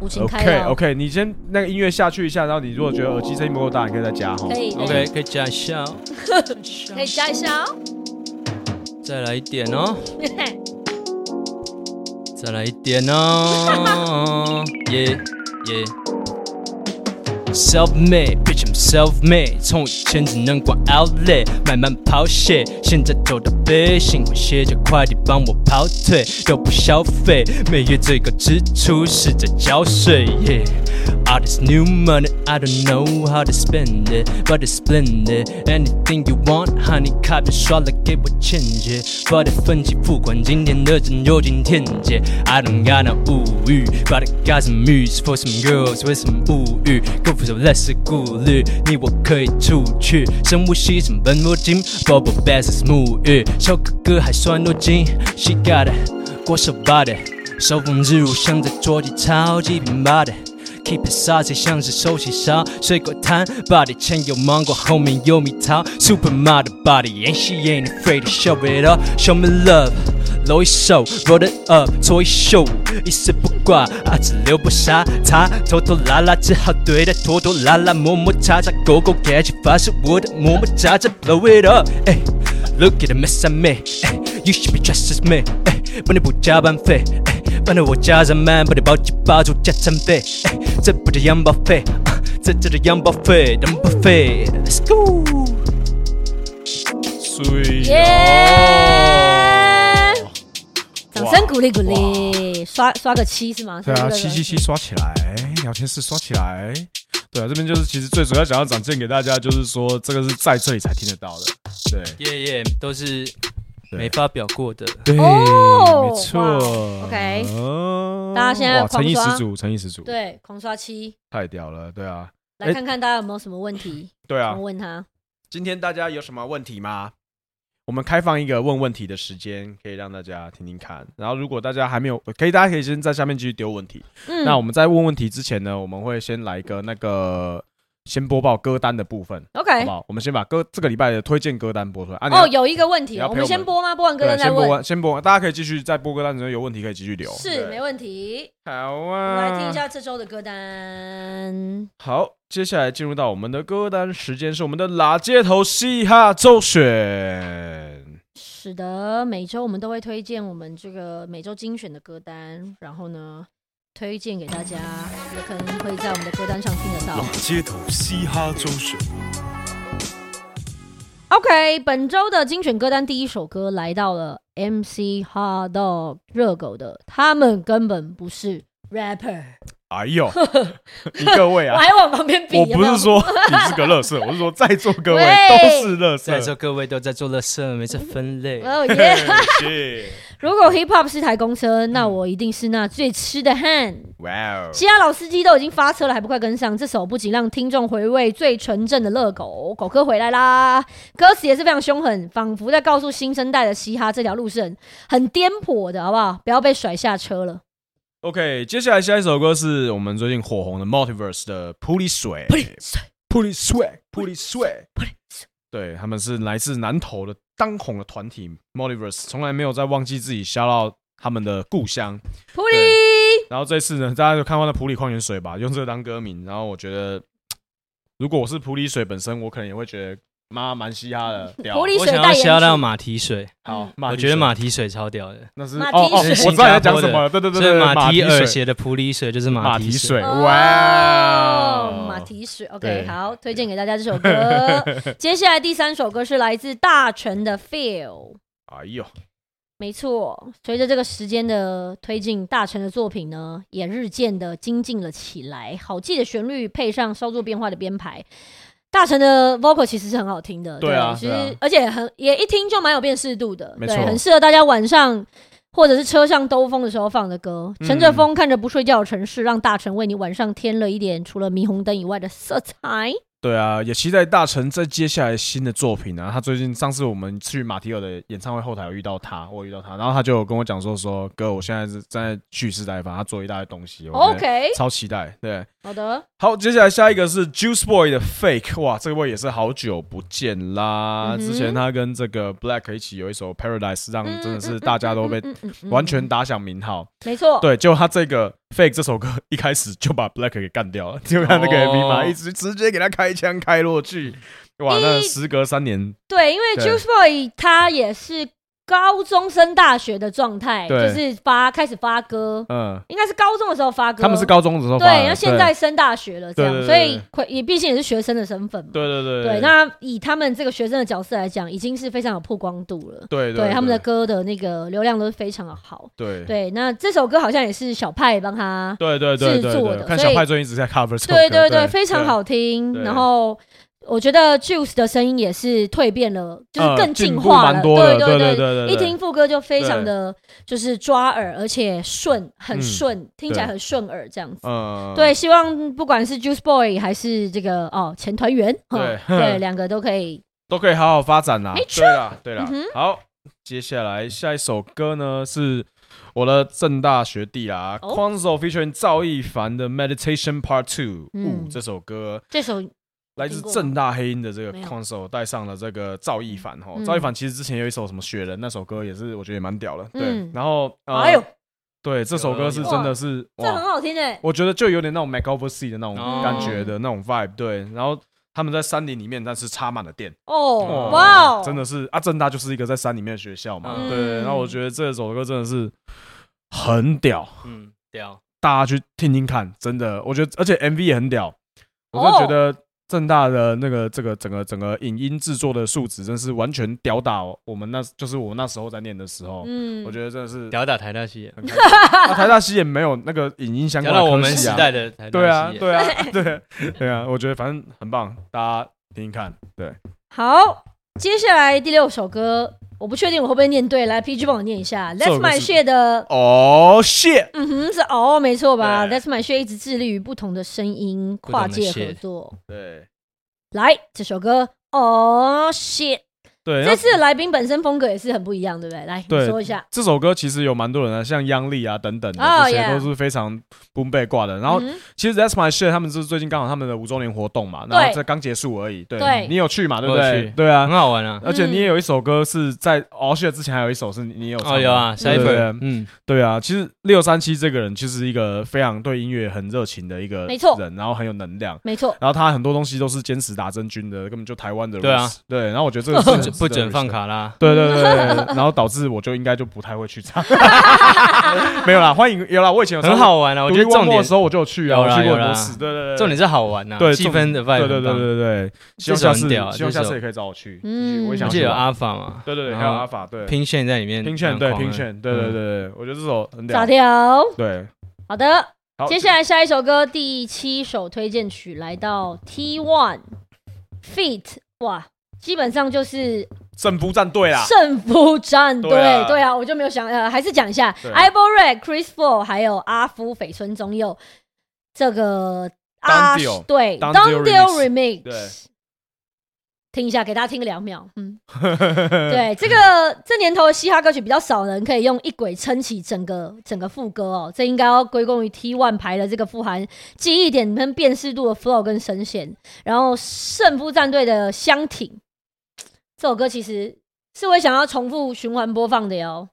B: 无情开
A: OK
B: 了。
A: OK，你先那个音乐下去一下，然后你如果觉得耳机声音不够大，你可以再加哈。
B: 可以
C: OK，可以加一下哦，
B: 可以加一下哦。 *laughs*
C: 再来一点哦，再来一点
A: *laughs*
C: 哦，耶耶。Self made, bitch, I'm self made。从以前只能逛 outlet，慢慢抛卸，现在走到背心，会写着快递帮我跑腿，都不消费。每月最高支出是在交税。Yeah. All this new money, I don't know how to spend it, but it's splendid. Anything you want, honey，卡片刷了给我欠接，发点分期付款，今天的钱有今天结。I don't got no 物欲，but I got some muse for some girls with some 物欲，更负手类似顾虑，你我可以出去，深呼吸，成本摸金，bubble bath is 沐浴，小哥哥还算多金，She got it，过手 body，手风之如像在捉鸡，超级平八的。Keep it saucy，像是寿喜烧、水果摊，body 前有芒果，后面有蜜桃，Supermodel body，and she ain't afraid to show it off，show me love，搂一手，roll it up，搓一袖，一丝不挂，啊，只留不下他，拖拖拉拉只好对待拖拖拉拉，磨磨擦擦，狗狗给启发是我的磨磨擦擦，blow it up，哎，Look at the mess I made，you should be just as me，哎，帮你补加班费，哎。搬到我家人们，把你包起包住加餐费，哎，这不叫养保费，啊这这叫养保费，养保费，Let's go。
A: 水
B: 耶！掌声
A: 哇
B: 鼓励鼓励，刷刷个七是吗？
A: 对啊，
B: 是
A: 七
B: 这个
A: 七七刷起来，聊天室刷起来。对啊，这边就是其实最主要想要展现给大家，就是说这个是在这里才听得到的。对，
C: 耶耶，都是
A: 对
C: 没发表过的。
A: 对，
B: 哦
A: 没错。
B: 哇，OK
A: 哦
B: 大家现在
A: 哇诚意
B: 狂刷
A: 十足，诚意十足，
B: 对，狂刷七，
A: 太屌了，对啊，
B: 来看看大家有没有什么问题，
A: 对
B: 我
A: 啊
B: 们。问他。
A: 今天大家有什么问题吗？我们开放一个问问题的时间，可以让大家听听看。然后，如果大家还没有，可以大家可以先在下面继续丢问题。
B: 嗯，
A: 那我们在问问题之前呢，我们会先来一个那个先播报歌单的部分，好
B: OK
A: 不。好？我们先把歌这个礼拜的推荐歌单播出来。啊，你要
B: 哎哦，有一个问题，
A: 你要
B: 我
A: 陪
B: 们
A: 我
B: 先
A: 们
B: 播吗？播完歌
A: 对
B: 单再
A: 先播
B: 问。
A: 完，先播完，大家可以继续在播歌单的时候有问题可以继续留。
B: 是，
A: 哦对
B: 没问题。
A: 好
B: 我们
A: 啊，
B: 来听一下这周的歌单。
A: 好，接下来进入到我们的歌单时间，是我们的拉街头嘻哈周选。
B: 是的，每周我们都会推荐我们这个每周精选的歌单，然后呢，推荐给大家，也可能会在我们的歌单上听得到
E: 老。街头嘻哈周旋，
B: OK，本周的精选歌单第一首歌来到了 MC Hot Dog 热狗的，他们根本不是 rapper，、
A: 哎
B: *laughs*
A: 呦，你各位
B: 我
A: 啊，
B: 还往旁边比。
A: 我
B: 有
A: 不
B: 没有
A: 是说你是个乐色，我是说在座各位
B: 喂
A: 都是乐色
C: 在。座各位都在做乐色，没这分类。
B: 哦耶！
A: 是，
B: 如果 hip hop 是台公车，那我一定是那最痴的汉。
A: 哇
B: *laughs*
A: 哦，
B: 其他老司机都已经发车了，还不快跟上？这首不仅让听众回味最纯正的乐狗，狗哥回来啦！歌词也是非常凶狠，仿佛在告诉新生代的嘻哈这条路是很很颠簸的，好不好？不要被甩下车了。
A: OK，接下来下一首歌是我们最近火红的 Multiverse 的《普里水》。普里水，普里水，普里水。对，他们是来自南投的当红的团体 Multiverse，从来没有再忘记自己笑到他们的故乡。
B: 普里，
A: 然后这次呢，大家就看到那普里矿泉水吧，用这个当歌名。然后我觉得，如果我是普里水本身，我可能也会觉得妈蛮嘻哈的。屌
B: 普里
C: 我
B: 水
C: 想
B: 代
C: 要
B: 言曲
C: 笑到马蹄水，
A: 好，马
C: 我
A: 蹄
C: 觉得
A: 水
C: 马蹄水超屌的。
A: 那是
B: 马蹄
A: 哦哦，我
B: 水
A: 知道你在讲什么了。对对对
C: 所以
A: 对，
C: 马蹄
A: 蹄
C: 尔
A: 水，
C: 写的普里水就是
A: 马
C: 马
A: 蹄
C: 蹄
A: 水，
B: 哦
A: 哇哦，
B: 马蹄水，OK，
A: 对
B: 好，推荐给大家这首歌。接下来第三首歌是来自大成的 Feel。
A: 哎呦，
B: 没错，随着这个时间的推进，大成的作品呢也日渐的精进了起来。好记的旋律配上稍作变化的编排，大成的 vocal 其实是很好听的。
A: 对啊
B: 其实、
A: 对啊
B: 而且很也一听就蛮有辨识度的，
A: 没
B: 对，
A: 错
B: 很适合大家晚上或者是车上兜风的时候放的歌。乘着
A: 嗯
B: 风看着不睡觉的城市，让大成为你晚上添了一点除了霓虹灯以外的色彩。
A: 对啊，也期待大成在接下来新的作品啊。他最近上次我们去马提尔的演唱会后台有遇到他，我有遇到他，然后他就有跟我讲说说哥，我现在是在蓄势待发，他做一大堆东西我觉得
B: OK，
A: 超期待。对，
B: 好的，
A: 好，接下来下一个是 Juice Boy 的 Fake，哇，这位也是好久不见啦。
B: 嗯哼
A: 之前他跟这个 Black 一起有一首 Paradise，让
B: 嗯
A: 真的是大家都被
B: 嗯嗯嗯嗯嗯
A: 完全打响名号。
B: 没错。
A: 对，就他这个 fake 这首歌一开始就把 Black 给干掉了，你有看那个
C: 哦
A: MV 吗？一直直接给他开枪开落去，哇！那时隔三年，
B: 对，因为
A: 对
B: Juice Boy 他也是高中升大学的状态，就
A: 对
B: 是发开始发歌，
A: 嗯，
B: 应该是高中的时候发歌。
A: 他们是高中的时候
B: 对
A: 发的，，
B: 那现在升大学了，这样，
A: 对对对
B: 所以可也毕竟也是学生的身份嘛。
A: 对对对
B: 对那以他们这个学生的角色来讲，已经是非常有曝光度了。
A: 对
B: 对他们的歌的那个流量都是非常的好。
A: 对
B: 对，那这首歌好像也是小派帮他，
A: 对对对对
B: 制作
A: 对，
B: 的
A: 看
B: 所以
A: 小派最近一直在 cover 这首歌，
B: 对
A: 对，
B: 对对，非常好听。
A: 对
B: 然后我觉得 Juice 的声音也是蜕变了，就是
A: 嗯
B: 更
A: 进
B: 进
A: 步
B: 化
A: 蛮
B: 了。
A: 多的
B: 对
A: 对对对对
B: 一
A: 对
B: 听副歌就非常的就是抓耳，而且顺，很
A: 嗯
B: 顺，听起来
A: 对
B: 很顺耳这样子。
A: 对，嗯，
B: 对，希望不管是 Juice Boy 还是这个哦前团员，哈
A: 对 *laughs*
B: 对，两个都可以。
A: 都可以好好发展啦。
B: 没错
A: 对啦，对啦。
B: 嗯
A: 好，接下来下一首歌呢是我的正大学弟啦、
B: 哦
A: q u a n z o featuring 赵一凡的 Meditation Part Two。
B: 嗯
A: 嗯，这首歌
B: 这首
A: 来自正大黑鹰的这个
B: 没有
A: console 带上了这个赵一凡哈
B: 嗯，
A: 赵一凡其实之前有一首什么雪人那首歌也是我觉得也蛮屌的，
B: 嗯
A: 对，然后呃
B: 哎呦，
A: 对这首歌是真的是
B: 这很
A: 哇，
B: 好听哎，
A: 我觉得就有点那种 Mac Over Sea 的那种
C: 哦
A: 感觉的那种 vibe，对，然后他们在山林里面，但是插满了电，
B: 哦
A: 哦
B: 哇哦，
A: 真的是啊，正大就是一个在山里面的学校嘛，
C: 嗯
A: 对，然后我觉得这首歌真的是很屌，
C: 嗯，屌，
A: 大家去听听看，真的，我觉得，而且 MV 也很屌，我真的觉
B: 哦
A: 得正大的那个这个整个整个影音制作的素质，真是完全吊打我们那，就是我那时候在念的时候，
B: 嗯
A: 我觉得真的是
B: *laughs*
C: 屌打台大系，
A: 很开心。啊台大系也没有那个影音相
C: *laughs* 屌
A: 关
C: 打
A: 的
C: 我
A: 科
C: 们
A: 系
C: 时
A: 啊，
C: 代的台
A: 对啊
C: 大，系。
A: 对啊，对
B: *laughs*
A: 对啊，我觉得反
B: 嗯
A: 正很棒，大家听听看，对，
B: 好，接下来第六首歌我不确定我会不会念对，来 PG 帮我念一下。That's
A: 首歌
B: my
A: 是
B: shit 的，
A: 哦、shit，
B: 嗯哼，是哦，没错吧
A: 对
B: ？That's my shit 一直致力于不同的声音
C: 不同
B: 跨
C: 的
B: 界合
C: shit
B: 作。
A: 对
B: 来，这首歌哦 shit，
A: 对，
B: 这
A: 那
B: 次的来宾本身风格也是很不一样，对不对？来，你
A: 对
B: 说一下。
A: 这首歌其实有蛮多人啊，像央丽啊等等的
B: 哦
A: 这些
B: yeah
A: 都是非常不被挂的。然后
B: 嗯哼
A: 其实 That's My Shit 他们是最近刚好他们的五周年活动嘛，
B: 对
A: 然后这刚结束而已。对
B: 对
A: 你有去嘛？对不
C: 我有
A: 对
C: 去？
A: 对啊
C: 很，好玩啊。
A: 而且你
B: 嗯
A: 也有一首歌是在 All Shit 之前还有一首是你你有唱
C: 哦，有啊
A: 对不对
C: ，Cypher，嗯，
A: 对啊，其实六三七这个人就是一个非常对音乐很热情的一个
B: 没错
A: 人，然后很有能量，
B: 没错，
A: 然后他很多东西都是坚持打真军的，根本就台湾的
C: 对啊
A: roots 对，然后我觉得这
C: *laughs*
A: 个是
C: 不
A: 很
C: 准不准放。卡拉，
A: *laughs* 对对对对对，对然后导致我就应该就不太会去 *laughs* 唱，没有啦，欢迎有啦，我以前有
C: 很，好玩啊。我觉得重
A: 的
C: 点
A: 时候我就有去啊，
C: 有
A: 我
C: 啦
A: 去过
C: 有
A: 很
C: 啦
A: 多次，对对对，
C: 重点是好玩啊，
A: 对
C: 气氛的 vibe
A: 对对
C: 很
A: 对
C: 棒
A: 对对，希
C: 这
A: 望
C: 首
A: 下
C: 很屌
A: 次
C: 啊，
A: 希望
C: 这
A: 下
C: 首
A: 次也可以找我去，
B: 嗯
A: 嗯，我也
C: 我
A: 想
C: 记
A: 去
C: 得有
A: 玩，
C: 阿法嘛，
A: 对对对，
C: 然
A: 还有
C: 后
A: 阿法，对，
C: 拼线在里面蛮
A: 拼
C: 狂
A: 券，
C: 的，
A: 对拼券，对对对
C: 嗯
A: 对，我觉得这首很屌
B: 炸，掉。
A: 对，
B: 好的，
A: 好
B: 接下来下一首歌，第七首推荐曲来到 T One Feet，哇，基本上就是
A: 正夫战队啦，
B: 胜负战队，
A: 啊对啊
B: 对啊，我就没有想，呃，还是讲一下
A: 对啊
B: i v o r e d Chris Paul 还有阿夫绯村中佑这个阿
A: Don Deal
B: 对
A: Don Deal
B: Don Deal
A: Remix 对
B: Remix，听一下，给大家听个两秒，嗯， *laughs* 对，这个这年头的嘻哈歌曲比较少人可以用一轨撑起整个整个副歌哦，这应该要归功于 T One 排的这个富含记忆点跟辨识度的 flow 跟声线，然后胜负战队的相挺，这首歌其实是我想要重复循环播放的哟，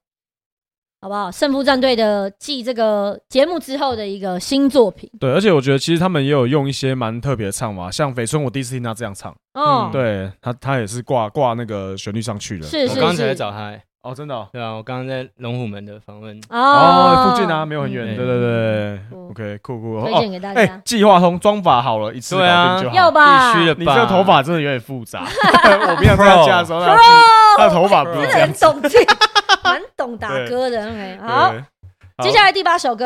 B: 好不好？胜负战队的继这个节目之后的一个新作品
A: 对，而且我觉得其实他们也有用一些蛮特别的唱法，像绯村，我第一次听他这样唱，
B: 哦，
C: 嗯
A: 对他他也是挂挂那个旋律上去的，
B: 是
C: 我
B: 是
C: 刚刚才
B: 是
C: 在找他，欸
A: 哦，真的哦，
C: 对啊，我刚刚在龙虎门的访问，
A: 哦，附近啊，没有很远，
C: 嗯
A: 对对对
B: 嗯
A: ，OK，酷酷，
B: 推
A: 哦
B: 荐，给大
A: 哎
B: 家，，
A: 计划通妆法好了，一次搞
C: 对啊
A: 定就
B: 要
A: 好。
B: 吧？
C: 必须的
A: 你
C: 吧
A: 这个头发真的有点复
B: *laughs*
A: 杂，我平常在他家的时候，他
B: Pro
A: 他的头发不是
B: 真
A: 这
B: 的
A: 样
B: 很
A: 子。
B: 懂这，蛮懂打歌的。OK，好，
A: 对
B: 接下来第八首歌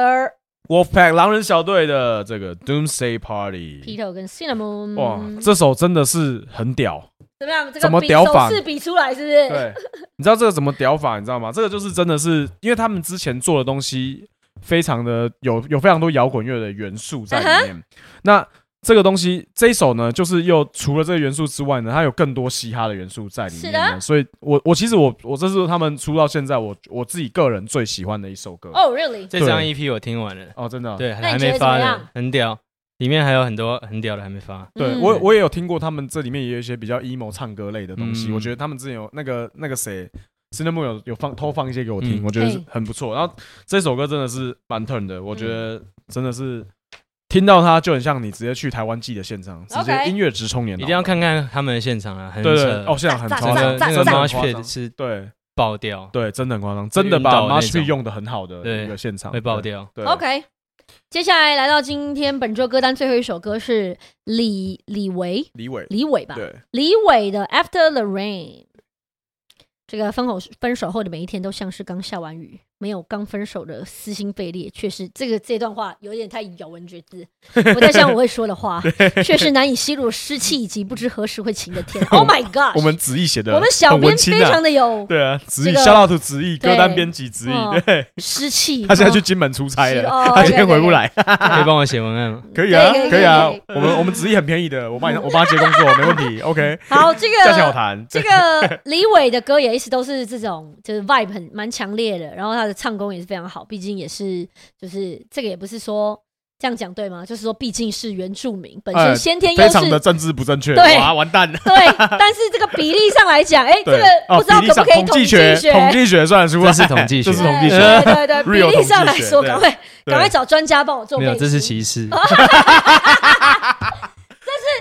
A: ，Wolfpack 狼人小队的这个 Doomsday Party，
B: ，Peter 跟 Cinnamon，
A: 哇，这首真的是很屌。
B: 怎么样？这
A: 怎
B: 个
A: 么
B: 比
A: 屌
B: 手
A: 法
B: 势比出来是不是？
A: 对，你知道这个怎么屌法，你知道吗？这个就是真的是，因为他们之前做的东西非常的有有非常多摇滚乐的元素在里面。那这个东西这一首呢，就是又除了这个元素之外呢，它有更多嘻哈的元素在里面
B: 是
A: 呢。所以我我其实我我这是他们出到现在我我自己个人最喜欢的一首歌。
B: 哦，Really？
C: 这张 EP 我听完了，
A: 哦，真的啊、
C: 对，
B: 那
C: 还
B: 你觉得
C: 没发
B: 怎么样
C: 的，很屌，里面还有很多很屌的还没发，
A: 对
B: 嗯
A: 我我也有听过，他们这里面也有一些比较 emo 唱歌类的东西。
C: 嗯
A: 我觉得他们之前有那个那个谁 c i n e m o 有有放偷放一些给我听，
C: 嗯
A: 我觉得是
B: 嘿
A: 很不错。然后这首歌真的是蛮 turn 的，我觉得
B: 嗯
A: 真的是听到它就很像你直接去台湾记的现场，直
B: OK
A: 接音乐直冲年
C: 一定要看看他们的现场啊，很
A: 对对
C: 扯
A: 对，哦，现场很
B: 赞
A: 超
C: 整
B: 赞
A: 张，
C: 个
B: 赞
C: 那
A: 真
C: 个
A: 的很
C: mosh
A: 夸
C: pit
A: 张
C: 是
A: 对
C: 爆掉，
A: 对，真的很夸张，真的
C: 晕
A: 把
C: 倒的那
A: mosh pit
C: 种
A: 用的很好的一个现场
C: 会爆。掉， *laughs*
A: 对对
B: OK，接下来来到今天本周歌单最后一首歌是李李维
A: 李伟
B: 李伟吧，
A: 对
B: 李伟的《After the Rain》。这个分手分手后的每一天都像是刚下完雨，没有刚分手的撕心肺裂，却是这个这段话有点太咬文嚼
A: *laughs*
B: 字，不太像我会说的话，却是难以吸入湿气以及不知何时会晴的天。
A: *laughs*
B: Oh my god！
A: 我们子毅写的，
B: 我们小编
A: 文青
B: 非
A: 啊
B: 常。的有
A: 对啊，子毅
B: 这个
A: shout out to 子毅，歌单
B: 对
A: 编辑子
B: 哦
A: *laughs* 毅，对
B: 湿气。
A: 他现在去
B: 哦
A: 金门出差
B: 是
A: 了，
B: 哦
A: 他今天回
B: OK，OK，OK
A: 不来。
C: 可以帮我写文案吗？
A: *laughs* 可以啊，
B: 可以
A: 可以啊
B: 可以，
A: 我 *laughs* 们我们职业很便宜的，我帮你我帮他接工作， *laughs* 没问题，OK，
B: *laughs* 好，这个
A: 价钱好谈。
B: 啊这个李伟的歌也一直都是这种，就是 vibe 很蛮强烈的，然后他的唱功也是非常好，毕竟也是就是这个也不是说这样讲对吗？就是说毕竟是原住民，本身
A: 呃
B: 先天优
A: 非
B: 势、
A: 常的政治不正确，
B: 对
A: 哇，完
B: *laughs*
A: 蛋了。
B: 对，但是这个比例上
A: *laughs*
B: 来讲，哎、这
A: 对哦
B: 个，不知道
A: 比例
B: 可不
A: 上
B: 可以
A: 统计
B: 学？
A: 学，统计学算得出来，
C: 这是统计学
A: *laughs* 这是统计
B: 对
A: 学。
B: 对对，
A: Real
B: 比例上来说，
A: 统计学对
B: 赶快赶快
A: 对，
B: 找专家帮我做
C: 没
B: 背
C: 有，
B: 书。
C: 这是
B: *laughs*
C: 歧视，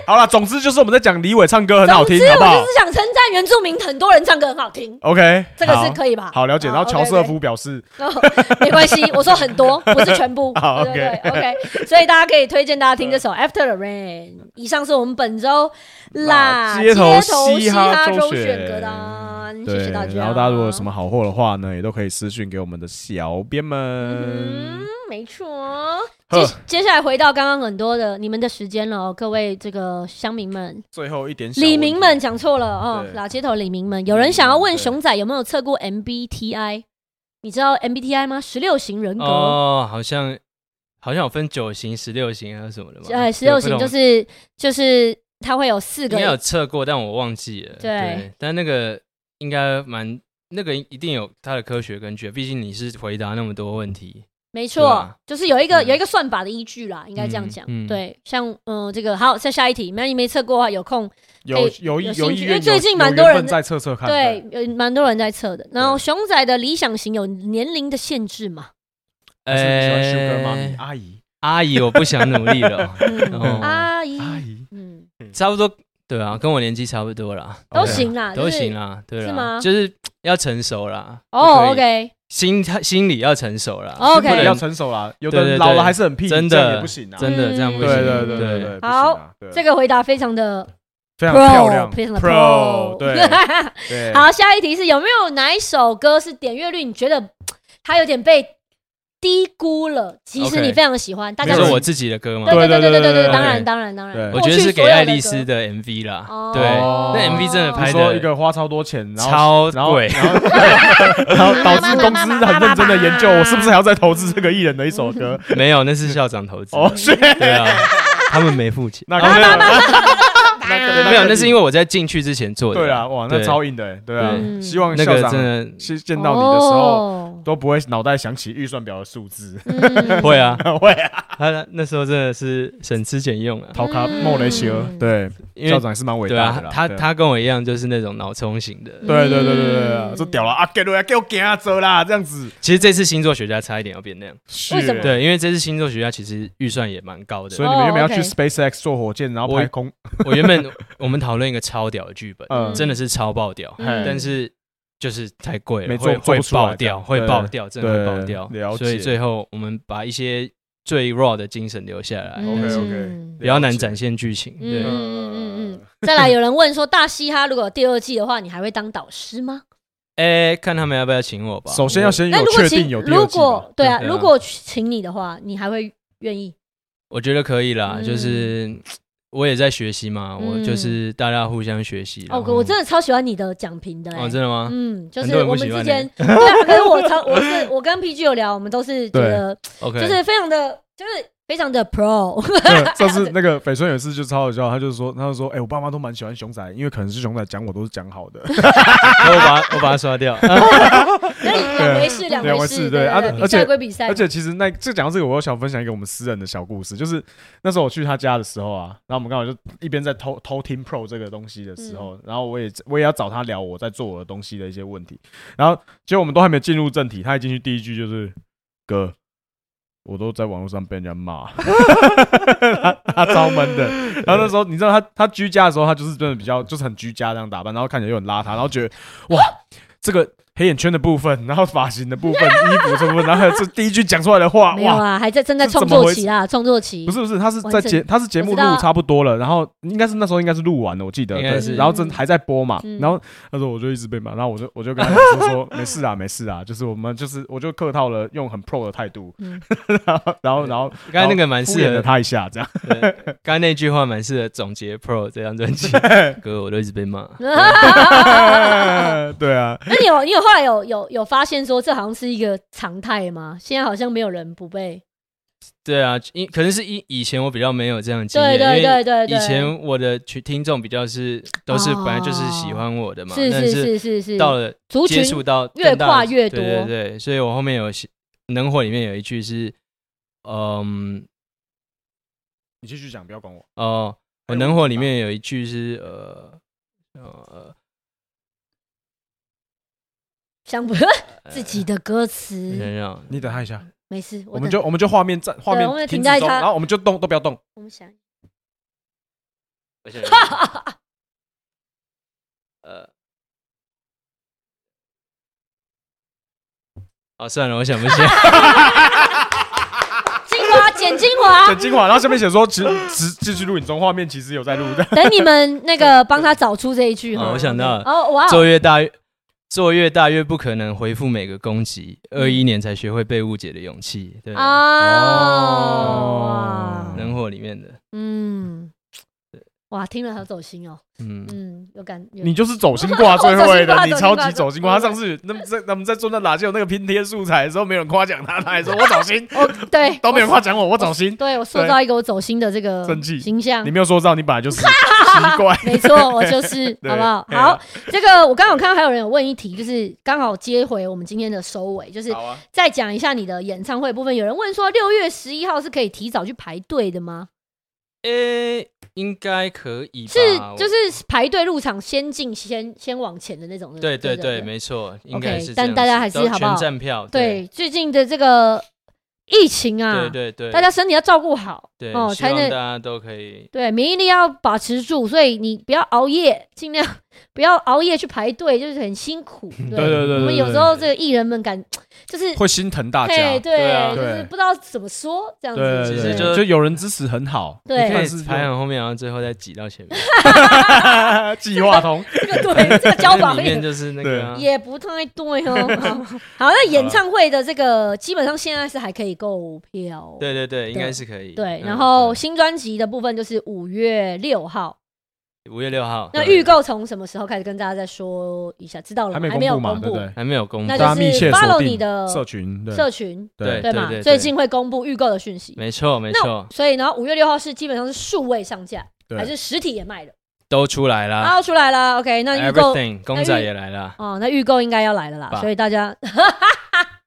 A: 好了，总之就是我们在讲李伟唱歌很好听
B: 总，之，
A: 好不
B: 我
A: 好
B: 就是想称赞原住民，很多人唱歌很好听，
A: ？OK，
B: 这个是
A: 好
B: 可以吧？
A: 好了解。然后乔
B: OK，OK
A: 瑟夫表示， *laughs*
B: 然后哦没关系，我说很多，不是全部。
A: 好
B: 对对对 OK，所以大家可以推荐大家听这首
A: *laughs*
B: 《After the Rain》。以上是我们本周啦
A: 街头
B: 头嘻
A: 嘻哈
B: 周
A: 周
B: 选
A: 选
B: 歌单。啊嗯谢谢大
A: 对，
B: 家。
A: 然后大家如果有什么好货的话呢，也都可以私讯给我们的小编们。
B: 嗯，没错。
A: 呵
B: 接接下来回到刚刚很多的你们的时间了哦，各位这个乡民们、
A: 最后一点小问题，
B: 李明们讲错了哦
A: 对，
B: 老街头李明们，有人想要问
A: 对
B: 熊仔有没有测过 MBTI？你知道 MBTI 吗？十六型人格。
C: 哦，好像好像有分九型、十六型还有什么的嘛？
B: 哎，
C: 对
B: 十六
C: 不
B: 型
C: 懂
B: 就是就是它会有四
C: 应该有
B: 个，
C: 测过，但我忘记了。
B: 对
C: 但那个应该蛮那个一定有它的科学根据，毕竟你是回答那么多问题。
B: 没
C: 对
B: 错
C: 啊，
B: 就是有一个
C: 嗯
B: 有一个算法的依据啦，应该这样讲
C: 嗯。嗯
B: 对，像嗯这个好，再下一题，那你没测过的话有空
A: 有
B: 可
A: 有意
B: 有兴
A: 有
B: 趣
A: 意
B: 因为
A: 愿，
B: 最
A: 有
B: 近
A: 有
B: 蛮
A: 缘
B: 多人
A: 分
B: 在
A: 在测测看。
B: 对，有蛮多人在测的。然后
A: 对
B: 熊仔的理想型有年龄的限制
C: *laughs*
B: 嘛？。
A: 还是你喜欢 Sugar 妈咪
C: 哎
A: 阿姨，
C: 阿姨，我不想努力了
B: *laughs* 嗯
C: 哦
B: 阿姨，
A: 阿姨
B: 嗯，
C: 差不多，对啊，跟我年纪差不多啦，
B: 都
C: 对啊
B: 行啦，
C: 都
B: 就是
C: 行。啦，对
B: 是
C: 啦
B: 吗，
C: 就是要成熟啦。
B: 哦
C: 不可以
B: ，OK，
C: 心态心理要成熟啦。
B: 哦，OK
A: 不
C: 不
A: 能
C: 能
A: 要成熟啦，有的
C: 对对
A: 人老
C: 对
A: 了还是很屁，
C: 真
A: 这样
C: 的
A: 也不行啊。
C: 真的
B: 嗯
C: 这样不
A: 对
C: 行。
A: 对对
C: 对
A: 对对，
B: 好
A: 不行
C: 呃
A: 啊，对
B: 这个回答非常的
A: 非
B: pro，
A: 常漂亮
B: 非常的
A: pro，对
B: *laughs*
A: 对，
B: 好，下一题是有没有哪一首歌是点阅率你觉得它有点被低估了？其实
C: OK
B: 你非常喜欢，大
C: 你
B: 家
A: 没
C: 说
A: 有
C: 我自己的歌吗？
B: 对对
A: 对对
B: 对对
A: 对
B: 对对，
A: 对
B: 当然
C: 对
B: 当然当然，
A: 对
C: 我
B: 过
C: 觉得
B: 去
C: 是
B: 所
C: 给
B: 有
C: 爱丽
B: 歌
C: 丝的 MV 啦，
B: 哦
C: 对，那 MV 真的
A: 你
C: 拍
A: 说
C: 的
A: 一个花超多钱，然后
C: 超
A: 然后
C: 贵， *laughs*
A: 然后然后导致公司很认真的研究，我是不是还要再投资这个艺人的一首歌？
C: 没有，那是校长投资。
A: 哦，是，
B: *laughs*
C: 对啊，他们没付钱。
A: 那可能
C: 没有，那是因
A: 为
C: 为我在进去之前做的。
A: 对啊，哇，那
C: 对
A: 超硬的欸，对啊，
B: 嗯
A: 希望
C: 那
A: 校
C: 个
A: 长
C: 真
A: *laughs* 是见到你的时候
B: 哦
A: 都不会脑袋想起预算表的数字，
C: 的
B: 嗯
C: *laughs* 会啊，
A: 会啊，
C: 他那时候真的是省吃俭用啊，
A: 逃卡莫雷西尔，对，
C: 因
A: 校
C: 为
A: 长也是蛮伟
C: 对
A: 大的
C: 啊
A: 啦，，
C: 他
A: 对啊
C: 他跟我一样就是那种脑冲型的。
A: 对对对对对对啊，
B: 嗯
A: 说屌了啊，给我给我给他走啦，这样子。
C: 其实这次星座学家差一点要变那样，
B: 为什么
C: 对，因为这次星座学家其实预算也蛮高
A: 所
C: 的。
A: 以你们原本要去
B: 哦，OK
A: SpaceX 做火箭，然后拍空，
C: 我原本我们讨论一个超屌的剧本，
A: 嗯
C: 真的是超爆屌，
B: 嗯
A: 嘿
C: 但是就是太贵了，
A: 没做
C: 会
A: 做
C: 会
A: 不出来
C: 爆掉，
A: 的
C: 会
A: 对
C: 爆掉，真的会爆
A: 对
C: 掉。
A: 了
C: 所以
A: 解
C: 最后我们把一些最 raw 的精神留下来，
B: 嗯
A: OK，OK
B: 嗯
C: 比较难展现剧情。
B: 嗯
C: 对，
B: 嗯嗯嗯。再来，有人问说，《大嘻哈》如果有第二季的话，你还会当导师
C: *laughs*
B: 吗？
C: 哎，看他们要不要请我吧。
A: 首先要先
B: 那
A: 有
B: 如果
A: 确
B: 请
A: 定，有第
B: 如
A: 二季吧。
B: 果对啊，
C: 对啊
B: 如果请你的话，你还会愿意？
C: 我，我觉得可以啦，
B: 嗯
C: 就是我也在学习嘛，我
B: 嗯
C: 就是大家互相学习。
B: 哦，
C: 然后
B: 我真的超喜欢你的讲评的、欸，
C: 哦，真的吗？
B: 嗯，就
C: 很
B: 是
C: 多人
B: 我
C: 不
B: 们
C: 喜
B: 之
C: 欢
B: 间， *laughs* 对啊，可是我超我是我跟 PG 有聊，我们都是觉
A: 对
B: 得
C: OK，
B: 就是非常的，就是非常的 pro， *laughs*
A: 对上次那个斐春有一次就超好笑，他就说，他就说，哎，我爸妈都蛮喜欢熊仔，因为可能是熊仔讲我都是讲好的，
C: 然后我把它我把它刷掉。啊
B: 那你两回事，两
A: 两
B: 回
A: 回
B: 事，
A: 事
B: 对
A: 对啊
B: 对对比
A: 而且
B: 赛归比赛，
A: 而且其实那这讲到这个，我又想分享一个我们私人的小故事，就是那时候我去他家的时候啊，然后我们刚好就一边在偷偷听 Pro 这个东西的时候，然后我也我也要找他聊我在做我的东西的一些问题，然后结果我们都还没进入正题，他一进去第一句就是哥。我都在网络上被人家骂，他他超闷
C: *laughs*
A: 的。然后那时候你知道他他居家的时候，他就是真的比较就是很居家这样打扮，然后看起来又很邋遢，然后觉得哇，这个黑眼圈的部分，然后发型的部分，衣服这部分，然后还有这第一句讲出来的话，
B: 没有
A: 哇，
B: 啊，还在正在
A: 这
B: 创
A: 怎么
B: 作
A: 回
B: 期啦，创作期
A: 不是不是，他是在
B: 完整
A: 节他是节目
B: 我知
A: 录
B: 道
A: 差不多了，然后应该是那时候应该是录完了，我记得，
C: 应该
A: 对，
C: 是
A: 然后正还在播嘛
B: 嗯，
A: 然后他说我就一直被骂，然后我就我就跟他讲说说没事啊没事啊，就是我们就是我就客套了，用很 pro 的态度，
B: 嗯
A: *laughs* 然后然后然后
C: 刚才那个蛮
A: 敷
C: 适
A: 衍
C: 合
A: 了他一下
B: *laughs*
A: 这样，
C: 对刚才那句话蛮适合总结 Pro 这张专
A: *laughs*
C: 辑。哥，我都一直被骂。
A: 对啊，
B: *laughs* 那你有你有后来有有有发现说这好像是一个常态吗？现在好像没有人不被，
C: 对啊，因可能是以以前我比较没有这样的经
B: 对
C: 验，
B: 对
C: 因为
B: 对对对，哦
C: 以前我的群听众比较是都是本来就是喜欢我的嘛，
B: 是
C: 但
B: 是是是是，
C: 到了
B: 族群
C: 接触到
B: 越
C: 更大的
B: 跨越多
C: 对对对，所以我后面有写能火里面有一句是，嗯
A: 你继续讲，不要管我，
C: 哦，
A: 哎
C: 我
A: 我
C: 能火里面有一句是呃呃
B: *laughs* 想不自
C: 呃
B: 己的歌词，
C: 想
B: *laughs*
C: 想
A: 你等他一下，
B: 没事，
A: 我们
B: 嗯等
A: 就我们就画面暂画面
B: 我们
A: 停
B: 停
A: 止
B: 在
A: 中
B: 他
A: 然后我们就动都不要动，
B: 我们想，
C: 我想想呃。哦，算了，我想不起来。
B: *laughs* 精华剪精华
A: 剪，精华，然后下面写说，其实只继续录影中，画面其实
B: 嗯
A: 有在录的。
B: 等你们那个帮他找出这一句哈。
C: 哦，我想到了，
B: 哦，哇哦，
C: 奏乐大乐做越大越不可能回复每个攻击。二一年才学会被误解的勇气，对，
B: 哦，哇
C: 能火里面的，
B: 嗯，哇，听了好走心哦，
C: 嗯，
B: 嗯，有感，有
A: 你就是走心挂最后一
B: 我走心挂
A: 的，你超级
B: 走
A: 走
B: 心
A: 心
B: 挂
A: 挂。他上次那么在我们在做那哪些有那个拼贴素材的时候，没有人夸奖他，他还说我走心，
B: 哎我哦对
A: *laughs* 都没有人
B: 话，
A: 夸奖我，我走心。
B: 对我塑造一个我走心的这个
A: 生气
B: 形象
A: 你。没有说到，你本来就是奇
B: *laughs*
A: 怪。
B: 没错，我就是，好不好？
A: *laughs* 对
B: 好，这个我刚好看到还有人有问一题，就是刚好接回我们今天的收尾，就是
A: 好啊，
B: 再讲一下你的演唱会部分。有人问说，六月十一号是可以提早去排队的吗？
C: 诶，应该可以吧，
B: 是，
C: 啊我
B: 就是排队入场先进先先往前的那种。
C: 对
B: 对
C: 对对，没错，应该
B: OK，
C: 是这
B: 但
C: 样
B: 大家
C: 子
B: 还是
C: 都
B: 好不
C: 全
B: 好
C: 站票，
B: 对，最近的这个疫情啊，
C: 对对对，
B: 大家身体要照顾好
C: 对，
B: 哦，
C: 希
B: 才
C: 望大
B: 能
C: 家都可以
B: 对免疫力要把持住，所以你不要熬夜，尽量不要熬夜去排队，就是很辛苦。对
A: 对对对
B: 我们
A: 对
B: 有
A: 对
B: 时候这个艺人们感就是
A: 会心疼大
B: 嘿，
C: 对啊
B: 就是
A: 对
B: 不知道怎么说这样
A: 对，
B: 子，
C: 其
A: 对
C: 实
A: 对
C: 就
A: 就有人支持很好，
B: 对
A: 你
C: 可
A: 看
C: 以
A: 是
C: 排很后面，然后最后再挤到前面，
A: *laughs*
C: 啊
A: 计划通，
B: 这个 *laughs* 对这个交
C: 那
B: 往
C: 里面就是那个啊
B: 也不太对哦。好，那演唱会的这个基本上现在是还可以购票，哦
C: 对对对，应该是可以。
B: 对。
C: 嗯
B: 然后新专辑的部分就是五月六号，
C: 对五月六号，
B: 那
C: 对
B: 预购从什么时候开始跟大家再说一下？知道了吗
A: 还没
B: 嗯还没有
A: 公布嘛，
B: 公
A: 对不对？
C: 还没有公布
B: 那，
A: 大家
B: 就是
A: 密切
B: follow
A: 锁
B: 你
A: 定
B: 的
A: 社群，对
B: 社群
C: 对
A: 对
B: 对吗？
C: 对
B: 最近会公布预购的讯息。
C: 没错没错
B: 那，所以呢，五月六号是基本上是数位上架，
A: 对
B: 还是实体也卖的？
C: 都出来啦
B: 啊，出来了，OK，那预购
C: ，everything 公仔也来啦。
B: 哦，那预购应该要来了啦，
C: 吧
B: 所以大家
A: 嗯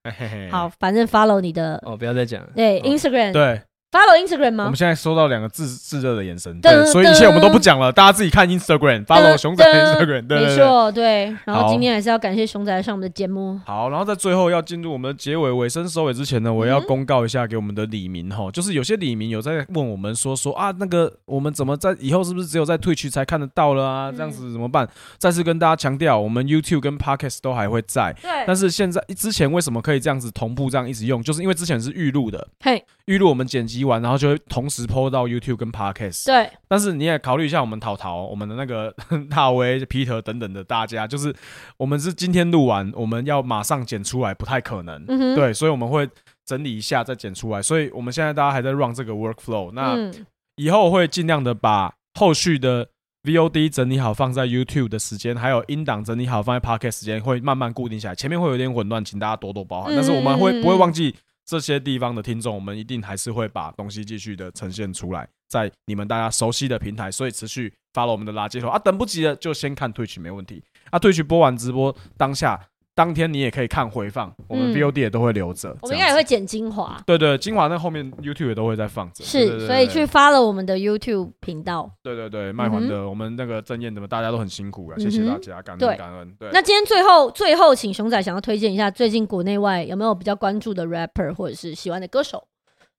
A: 嘿嘿嘿
B: *laughs* 好，反正 follow 你的
C: 哦，不要再讲了，
B: 对
C: 哦
B: Instagram
A: 嗯对，
B: follow Instagram
A: 我
B: 吗
A: 们？现在收到两个炙炙热的眼神，
B: 嗯噔
A: 对，所以一切我们都不讲了，大家自己看 Instagram，follow 熊仔 Instagram，对对
B: 没
A: 对。
B: 错，对。然后
A: 好
B: 今天还是要感谢熊仔上我们的节目，
A: 好，然后在最后要进入我们的结尾尾声收尾之前呢，我
B: 嗯
A: 要公告一下给我们的李明哈，就是有些李明有在问我们说说啊，那个我们怎么在以后是不是只有在 Twitch 才看得到了啊？这样
B: 嗯
A: 子怎么办？再次跟大家强调，我们 YouTube 跟 Podcast 都还会在，
B: 对
A: 但是现在之前为什么可以这样子同步这样一直用，就是因为之前是预录的，
B: 嘿，
A: 预录我们剪辑完，然后就会同时 PO 到 YouTube 跟 Podcast。
B: 对，
A: 但是你也考虑一下我们淘淘、我们的那个 *laughs* 大威、Peter 等等的大家，就是我们是今天录完，我们要马上剪出来，不太可能。
B: 嗯哼，
A: 对，所以我们会整理一下再剪出来。所以我们现在大家还在 run 这个 workflow，那
B: 嗯，
A: 以后会尽量的把后续的 VOD 整理好放在 YouTube 的时间，还有音档整理好放在 Podcast 时间，会慢慢固定下来。前面会有点混乱，请大家多多包涵。
B: 嗯
A: 但是我们会不会
B: 嗯嗯
A: 忘记这些地方的听众？我们一定还是会把东西继续的呈现出来，在你们大家熟悉的平台，所以持续发了我们的垃圾头啊。等不及了就先看 Twitch 没问题啊。Twitch 播完直播当下，当天你也可以看回放，我
B: 嗯
A: 们 VOD 也都会留着。这
B: 我们应
A: 样
B: 该也
A: 子
B: 会剪精华，
A: 对对，精华那后面 YouTube 也都会再放着，对对
B: 是，
A: 对
B: 所以
A: 对
B: 去 follow 我们的 YouTube 频道。
A: 对对对，卖
B: 嗯
A: 环
B: 哼
A: 的，我们那个正燕的，大家都很辛苦啊，谢
B: 嗯
A: 谢
B: 哼
A: 大家，感
B: 对
A: 恩感恩。对，
B: 那今天最后最后，请熊仔想要推荐一下最近国内外有没有比较关注的 rapper 或者是喜欢的歌手，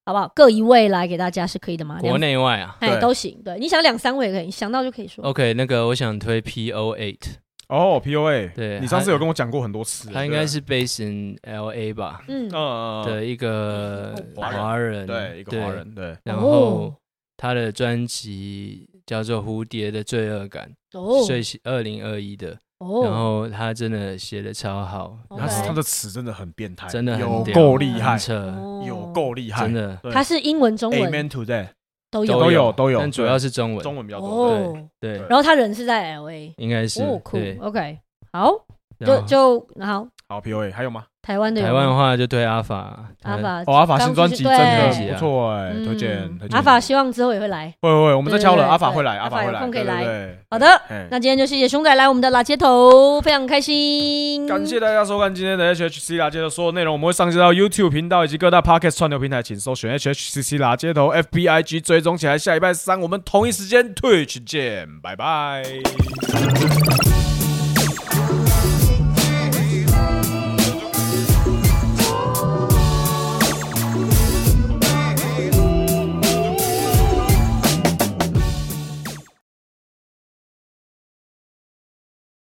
B: 好不好？各一位来给大家是可以的吗？
C: 国内外啊。
B: 两哎
A: 对
B: 都行，对，你想两三位也可以，你想到就可以说。
C: OK，那个我想推 P O Eight，
A: 哦，POA，
C: 对
A: 你上次
C: 他
A: 有跟我讲过很多次，
C: 他应
A: 对
C: 该是 based in L A 吧
B: 嗯，
A: 嗯
C: 的一个
A: 哦华人
C: 华人，
A: 对一个华。人，对
C: 然
B: 哦
C: 后他的专辑叫做《蝴蝶的罪恶感》，
B: 哦
C: 所以是二零二一的。然
B: 哦，
C: 后他真的写的超好，
B: OK
A: 他是他
C: 然后
A: 的词真的很变态，
C: 真的很
A: 有
C: 屌
A: 够厉害
C: 很，扯，
B: 哦
A: 有够厉害，
C: 真的
A: 对
B: 它是英文、中文
A: ，Amen to that，
B: 都有
A: 都有都有
C: 但主要是中文。
A: 中文比较多，对
B: 哦。
C: 对，
B: 然后他人是在 L A，
C: 应该是
B: 哦，酷
C: 对。
B: ，OK，好，
C: 然
B: 就
C: 后
B: 就好，
A: 好，POA 还有吗？
B: 台湾的有
C: 台湾的
B: 吗
C: 话就对阿法，
B: 阿
C: 他
B: 法
A: 哦，阿法
B: 刚
A: 新专
B: 出去
A: 辑真的
B: 呃对
A: 不错哎，
B: 嗯
A: 推荐推荐，
B: 阿法希望之后也会来。
A: 会会会，我们再
B: 对
A: 敲
B: 对
A: 了，
B: 对
A: 阿法
B: 对
A: 会来，阿
B: 阿法
A: 法
B: 有
A: 会来，
B: 空可以
A: 对
B: 来，
A: 对对
B: 好的，
A: 嘿
B: 那今天就谢谢熊仔来我们的拉街头，非常开心，
A: 感谢大家收看今天的 HHC 啦街头所有内容，我们会上线到 YouTube 频道以及各大 Podcast 串流平台，请搜寻 HHCC 啦街头 FBIG 追踪起来。下礼拜三我们同一时间 Twitch 见，拜拜。